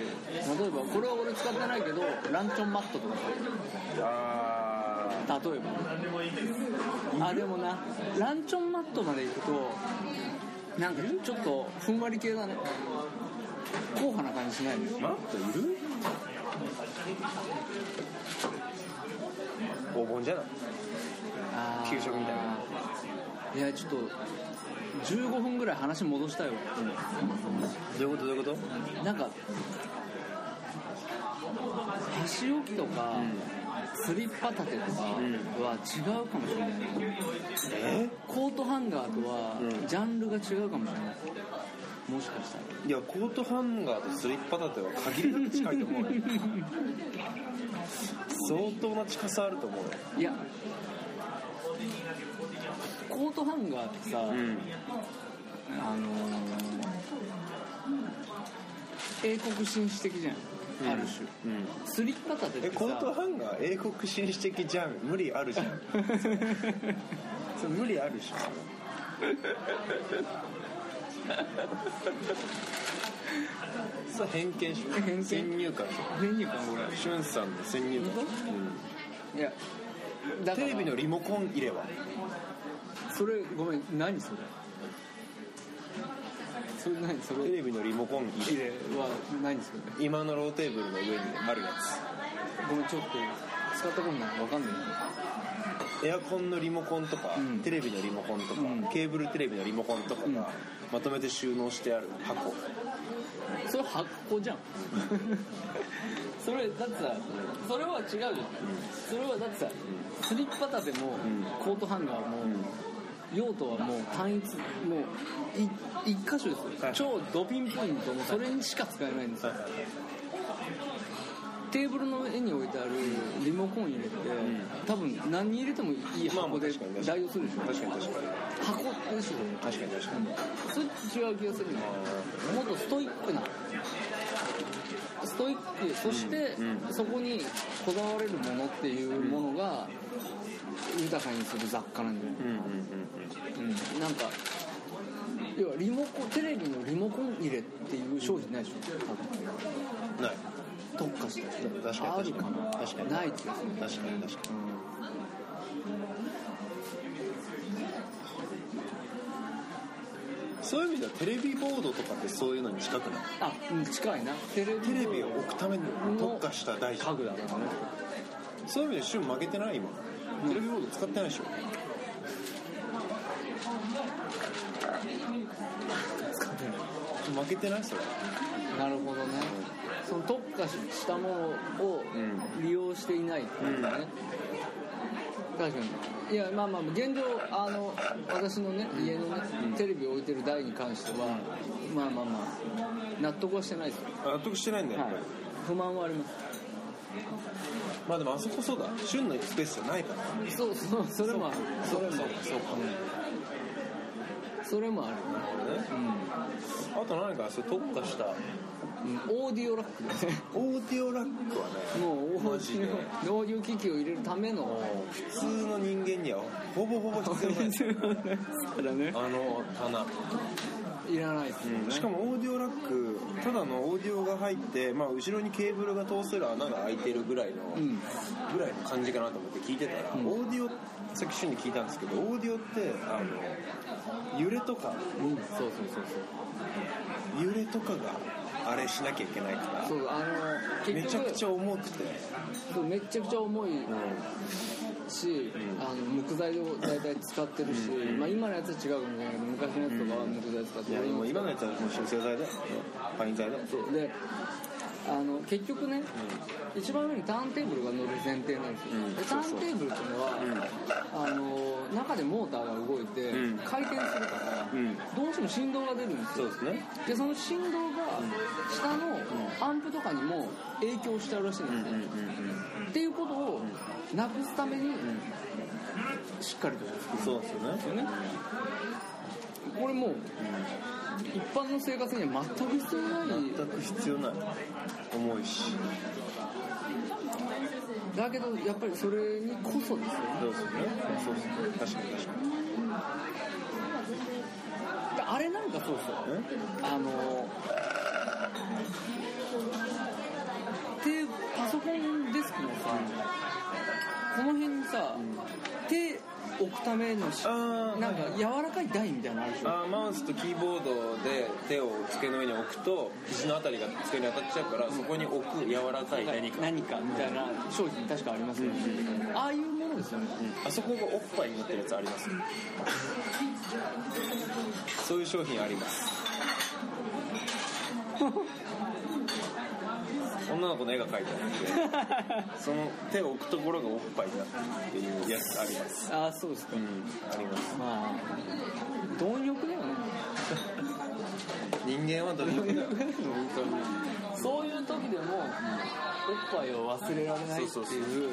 [SPEAKER 5] えばこれは俺使ってないけどランチョンマットとか
[SPEAKER 3] あ
[SPEAKER 5] 例えばあでもなランチョンマットまで行くとなんかちょっとふんわり系だね硬派な感じしないのよ
[SPEAKER 6] マットいる黄金じゃない給食みたい
[SPEAKER 5] いやちょっと15分ぐらい話戻したいわ、
[SPEAKER 6] どういうことどういうこと
[SPEAKER 5] なんか箸置きとか、スリッパ立てとかは違うかもしれない、コートハンガーとはジャンルが違うかもしれない、もしかしたら
[SPEAKER 6] いやコートハンガーとスリッパだては限りなく近いと思う [laughs] よ相当な近さあると思うよ
[SPEAKER 5] いやコートハンガーってさ、
[SPEAKER 6] うん
[SPEAKER 5] あのー英国紳士的じゃん、ある種
[SPEAKER 6] うん
[SPEAKER 5] スリッパ立てて
[SPEAKER 6] え
[SPEAKER 5] さ
[SPEAKER 6] コートハンガー英国紳士的じゃん無理あるじゃ [laughs] んそれ無理あるでしょそれ偏見でしょ
[SPEAKER 5] 偏見
[SPEAKER 6] 先入観でし
[SPEAKER 5] 何言うかこ
[SPEAKER 6] ょしゅんさんの先入観
[SPEAKER 5] 本、れいやだ
[SPEAKER 6] うん、
[SPEAKER 5] から
[SPEAKER 6] テレビのリモコン入れは
[SPEAKER 5] それごめん何それそれ何そ
[SPEAKER 6] テ
[SPEAKER 5] れ
[SPEAKER 6] レビのリモコン入
[SPEAKER 5] 入
[SPEAKER 6] れ
[SPEAKER 5] れは何それ
[SPEAKER 6] 今のローテーブルの上にあるや
[SPEAKER 5] ごめんちょっと使ったことないから分かんない
[SPEAKER 6] つエアコンのリモコンとか、
[SPEAKER 5] うん
[SPEAKER 6] テレビのリモコンとか、
[SPEAKER 5] うん
[SPEAKER 6] ケーブルテレビのリモコンとかが、
[SPEAKER 5] うん
[SPEAKER 6] まとめて収納してある箱
[SPEAKER 5] それ箱 [laughs] じゃんそれだってさそれは違うじゃんそれはだってさスリッパ立ても
[SPEAKER 6] ん
[SPEAKER 5] コートハンガーも
[SPEAKER 6] ん
[SPEAKER 5] 用途はもう単一もうい一箇所ですよ、
[SPEAKER 6] はい
[SPEAKER 5] 超ドピンポイントもそれにしか使えないんですよ、テーブルの上に置いてあるリモコン入れて、多分何入れてもいい
[SPEAKER 6] まあま
[SPEAKER 5] 箱
[SPEAKER 6] あ
[SPEAKER 5] で
[SPEAKER 6] 確かに確かに
[SPEAKER 5] 代用するでしょ、
[SPEAKER 6] 確かに確かに
[SPEAKER 5] 箱ですよね
[SPEAKER 6] 確かに確かに
[SPEAKER 5] それ違う気がするねもっとストイックなストイックそして、
[SPEAKER 6] うん
[SPEAKER 5] そこにこだわれるものっていうものが、豊かにする雑貨なんじゃない
[SPEAKER 6] うんうんうん
[SPEAKER 5] うんなんか要はリモコンテレビのリモコン入れっていう商品ないでし
[SPEAKER 6] うんない
[SPEAKER 5] ょ多分特化して
[SPEAKER 6] 確かに確かに
[SPEAKER 5] あるかな
[SPEAKER 6] 確かに
[SPEAKER 5] ない気がす
[SPEAKER 6] 確か
[SPEAKER 5] る
[SPEAKER 6] に確かにそういう意味ではテレビボードとかってそういうのに近くない
[SPEAKER 5] あうん近いなテレビ
[SPEAKER 6] テレビを置くために特化した大
[SPEAKER 5] 家
[SPEAKER 6] 事
[SPEAKER 5] 具だからね
[SPEAKER 6] そういう意味で旬負けてない今テレビボード使ってないでしょ
[SPEAKER 5] 使ってる
[SPEAKER 6] 負けてないそれ
[SPEAKER 5] なるほどねその特化したものを
[SPEAKER 6] ん
[SPEAKER 5] 利用していないっていうね、確かにいやまあまあ現状あの私のね家のね、テレビを置いてる台に関しては、まあまあまあ納得はしてないですよ、
[SPEAKER 6] 納得してないんだよ、
[SPEAKER 5] はい
[SPEAKER 6] やっぱり、
[SPEAKER 5] 不満はあります
[SPEAKER 6] まあでもあそこそうだ旬のスペースじゃないから
[SPEAKER 5] そうそうそれもあるそれもある
[SPEAKER 6] そうか
[SPEAKER 5] うんそれもある、
[SPEAKER 6] ねあと何かそういう特化した
[SPEAKER 5] うん、オーディオラックですね
[SPEAKER 6] オーディオラックはね
[SPEAKER 5] もうオ
[SPEAKER 6] マジ
[SPEAKER 5] ー
[SPEAKER 6] で
[SPEAKER 5] ディオオーディオ機器を入れるための
[SPEAKER 6] 普通の人間にはほぼほぼ必要ない
[SPEAKER 5] からね
[SPEAKER 6] あの棚、
[SPEAKER 5] いらないですよね、
[SPEAKER 6] しかもオーディオラックただのオーディオが入って、まあ、後ろにケーブルが通せる穴が開いてるぐらいの、
[SPEAKER 5] うん
[SPEAKER 6] ぐらいの感じかなと思って聞いてたら、
[SPEAKER 5] ん
[SPEAKER 6] オーディオさっき主に聞いたんですけどオーディオってあの揺れとか
[SPEAKER 5] うん、そうそうそう
[SPEAKER 6] 揺れとかがあれしなきゃいけないか
[SPEAKER 5] そうそうあの
[SPEAKER 6] ら
[SPEAKER 5] 結
[SPEAKER 6] め
[SPEAKER 5] 局
[SPEAKER 6] ちゃくちゃ重くて、
[SPEAKER 5] そうめっちゃくちゃ重いし、あの木材を大体使ってるし、まあ、今のやつは違うかもしれないけど昔のやつとかは木材使って
[SPEAKER 6] いや
[SPEAKER 5] る、
[SPEAKER 6] でも今のやつはもう修正剤だよファイン剤だよ
[SPEAKER 5] そうであの結局ね、一番上にターンテーブルが乗る前提なんです
[SPEAKER 6] う
[SPEAKER 5] よ、
[SPEAKER 6] ん
[SPEAKER 5] でターンテーブルっていうのは、あの中でモーターが動いて、
[SPEAKER 6] うん
[SPEAKER 5] 回転するから、
[SPEAKER 6] うん
[SPEAKER 5] どうしても振動が出るんです
[SPEAKER 6] そう
[SPEAKER 5] よ
[SPEAKER 6] ですね
[SPEAKER 5] でその振動が下のアンプとかにも影響しちゃうらしいんですよ、
[SPEAKER 6] うんうん
[SPEAKER 5] っていうことをなくすためにしっかりとやる
[SPEAKER 6] うんそうですよね
[SPEAKER 5] んですよね、これもう一般の生活には全く必要ない
[SPEAKER 6] 全く必要ない重いし
[SPEAKER 5] だけどやっぱりそれにこそですよね
[SPEAKER 6] そうですよねそうですね確かに確かに
[SPEAKER 5] であれなんかそうそうあの手パソコンデスクのさこの辺にさ手置くためのし
[SPEAKER 6] あー
[SPEAKER 5] なんか柔らかい台みたいなのあるでしょ
[SPEAKER 6] あーマウスとキーボードで手を机の上に置くと肘のあたりが机に当たっちゃうからそこに置く柔らかい何か
[SPEAKER 5] 何かみたいな商品確かありますよね、ああいうものですよね、
[SPEAKER 6] あそこがおっぱいになってるやつありますそういう商
[SPEAKER 5] [laughs]
[SPEAKER 6] 品あります女の子の絵が描いてあってその手を置くところがおっぱいになってるっていうやつあります
[SPEAKER 5] ああそうですか、
[SPEAKER 6] うんあります
[SPEAKER 5] まあ貪欲だよね
[SPEAKER 6] 人間はどれだけだ
[SPEAKER 5] そういう時でもおっぱいを忘れられないって
[SPEAKER 6] そうそう
[SPEAKER 5] いうう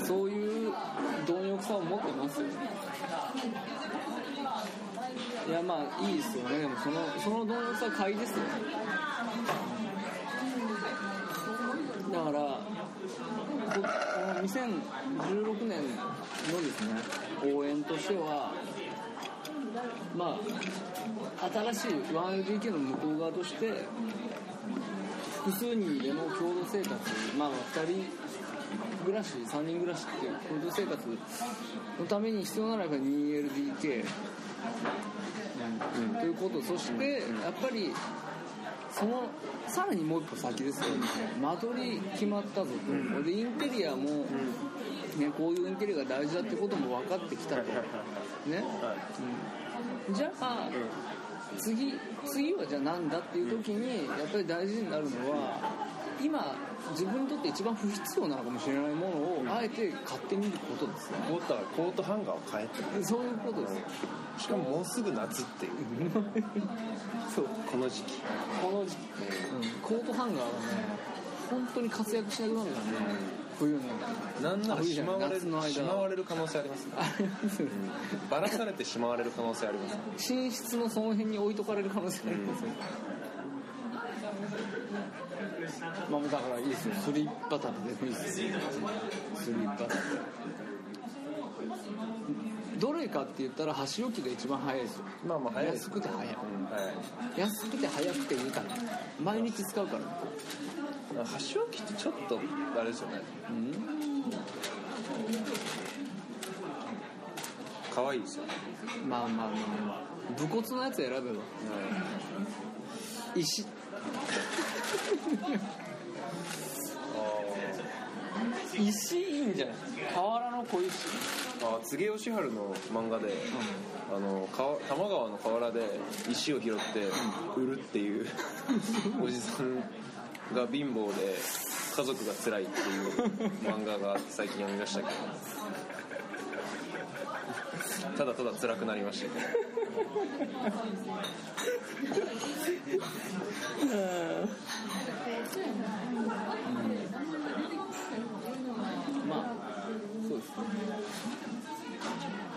[SPEAKER 5] んそういう貪欲さを持ってますよいやまあいいですよねでもそのその貪欲さは買いですよだからここの2016年のですね応援としてはまあ新しい 1LDK の向こう側として複数人での共同生活まあ2人暮らし3人暮らしっていう共同生活のために必要なのはやっぱり 2LDK、うんということそしてやっぱりそのさらにもう一歩先ですよね間取り決まったぞと、でインテリアも、ね、こういうインテリアが大事だってことも分かってきたとね、うんじゃあ、次次はじゃあ何だっていう時にやっぱり大事になるのは今自分にとって一番不必要なのかもしれないものをあえて買ってみることですね、
[SPEAKER 6] コートはコートハンガーを変えて
[SPEAKER 5] そういうことです
[SPEAKER 6] しかももうすぐ夏っていう
[SPEAKER 5] そう
[SPEAKER 6] この時期
[SPEAKER 5] この時期、コートハンガーはね本当に活躍しなくなるからね、冬の
[SPEAKER 6] なんな
[SPEAKER 5] あ
[SPEAKER 6] ら
[SPEAKER 5] 冬じ
[SPEAKER 6] し
[SPEAKER 5] ゃな
[SPEAKER 6] ま
[SPEAKER 5] い
[SPEAKER 6] われる
[SPEAKER 5] 夏の間
[SPEAKER 6] しまわれる可能性ありますね
[SPEAKER 5] あれですよね
[SPEAKER 6] ばらされてしまわれる可能性ありますね
[SPEAKER 5] 寝室のその辺に置いとかれる可能性がありますよ、まあだからいいですよスリッパタでいいですよスリッパタどれかって言ったら箸置きが一番早いですよ
[SPEAKER 6] まあまあ早いです
[SPEAKER 5] 安くて早
[SPEAKER 6] う
[SPEAKER 5] い
[SPEAKER 6] んはい
[SPEAKER 5] 安くて早くていいから毎日使うから
[SPEAKER 6] 箸置きってちょっとあれですよね可愛いですよね
[SPEAKER 5] まあまあまあまあ武骨なやつ選べば石石いいんじゃない河原の小石
[SPEAKER 6] あ柘植義治の漫画で、あの川多摩川の河原で石を拾って売るって [laughs] いうおじさんが貧乏で家族が辛いっていう漫画が最近読みましたけ [laughs] どただただ辛くなりましたけど
[SPEAKER 5] まあそうですね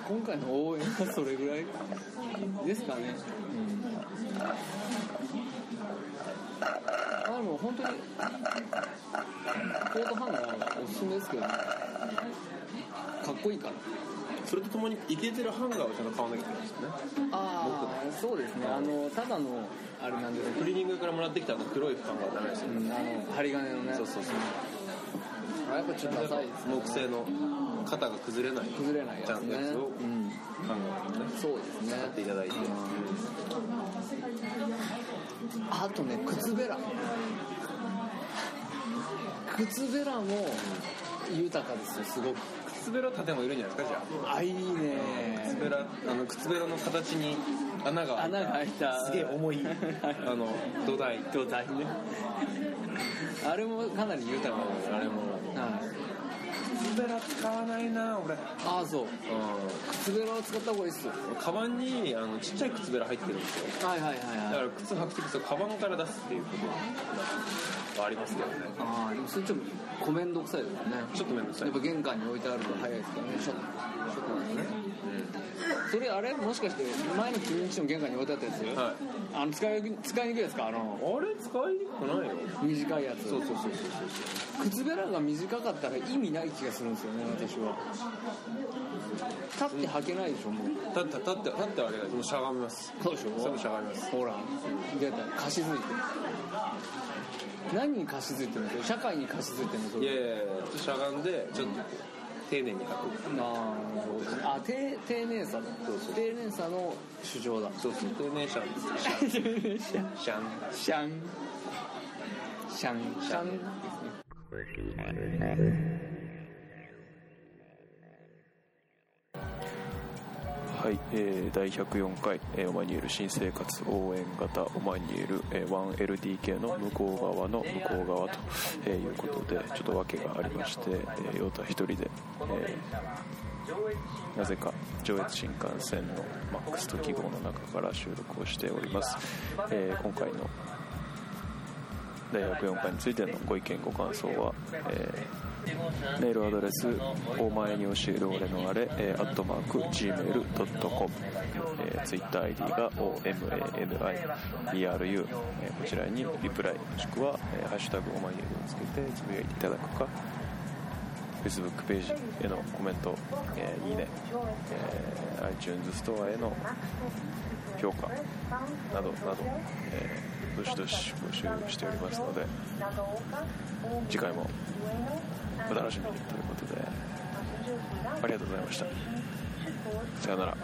[SPEAKER 5] 今回の応援はそれぐらいですかね、あでも本当にコートハンガーはおすすめですけどねかっこいいから
[SPEAKER 6] それとともにイケてるハンガーをちゃんと買わなきゃいけないんですよね
[SPEAKER 5] ああそうですねあのただのあれなんですけど
[SPEAKER 6] クリーニング屋からもらってきたあの黒いハンガーはダメですよ
[SPEAKER 5] う
[SPEAKER 6] ね、
[SPEAKER 5] んあの針金のね
[SPEAKER 6] そうそうそう
[SPEAKER 5] あやっぱちょっとダサいですね
[SPEAKER 6] 木製の肩が崩れない
[SPEAKER 5] 崩れないやつ
[SPEAKER 6] ちゃんと
[SPEAKER 5] ね
[SPEAKER 6] やつを
[SPEAKER 5] うん
[SPEAKER 6] ハンガーをね
[SPEAKER 5] そうですね
[SPEAKER 6] 買っていただいて、
[SPEAKER 5] あとね靴べら靴べらも豊かですよすごく
[SPEAKER 6] 靴べら縦もいるんじゃないですかじゃあ
[SPEAKER 5] あいいね
[SPEAKER 6] 靴べらあの靴べらの形に穴が
[SPEAKER 5] 穴が開いた
[SPEAKER 6] すげえ
[SPEAKER 5] [laughs]
[SPEAKER 6] 重いあの土台
[SPEAKER 5] 土台ねあれもかなり豊か
[SPEAKER 6] あれも
[SPEAKER 5] です、はい、
[SPEAKER 6] 靴べら使わないな俺
[SPEAKER 5] ああそう
[SPEAKER 6] う
[SPEAKER 5] 靴べらを使った方がいいっすよ
[SPEAKER 6] んカバンにあのちっちゃい靴べら入ってるんですよ
[SPEAKER 5] はいはいはい
[SPEAKER 6] だ
[SPEAKER 5] は
[SPEAKER 6] か
[SPEAKER 5] い
[SPEAKER 6] ら靴履く時それカバンから出すっていうことはありますけどね
[SPEAKER 5] ああでもそれちょっとごめんどくさいですよね
[SPEAKER 6] ちょっと面倒くさい
[SPEAKER 5] やっぱ玄関に置いてあると早いですからねショットショットなんですねそれあれもしかして前の君んちの玄関に置いてあったやつ、
[SPEAKER 6] はい
[SPEAKER 5] あの使いにく使いにくいですかあの
[SPEAKER 6] あれ使いにくくないよ
[SPEAKER 5] 短いやつ
[SPEAKER 6] そうそうそうそうそう
[SPEAKER 5] 靴べらが短かったら意味ない気がするんですよね私は立って履けないでしょもう
[SPEAKER 6] 立って立って立ってはあれだけどもうしゃがみます
[SPEAKER 5] そうでし
[SPEAKER 6] すぐしゃがみます
[SPEAKER 5] ほら出た貸し付いてる何に貸し付いてるんですか社会に貸し付いてるんです
[SPEAKER 6] いやいやいやしゃがんでちょっと丁寧に書く
[SPEAKER 5] あーなるほどねあ丁 [laughs] 丁寧さだ
[SPEAKER 6] そうそう
[SPEAKER 5] 丁寧さの主張だ
[SPEAKER 6] そうそう丁寧シャ
[SPEAKER 5] [laughs]
[SPEAKER 6] ン
[SPEAKER 5] シャン
[SPEAKER 6] シャン
[SPEAKER 5] シャンシャンシャン
[SPEAKER 6] はい、えー、第104回、えーオマニュエル新生活応援型オマニュエル、えー、1LDK の向こう側の向こう側と、えーいうことでちょっと訳がありまして、えー、陽太一人で、えーなぜか上越新幹線のマックスと記号の中から収録をしております、えー今回の第104回についてのご意見ご感想は、えーメールアドレス、お前に教える俺のあれ、えー、アットマーク、gmail.com、えー、ツイッター ID が OMANIBRU、えーこちらにリプライ、もしくは、えーハッシュタグお前にをつけてつぶやいていただくか、Facebook ページへのコメント、えーいいね、えー iTunes ストアへの評価などなど、えーどしどし募集しておりますので、次回もお楽しみにということでありがとうございましたさよなら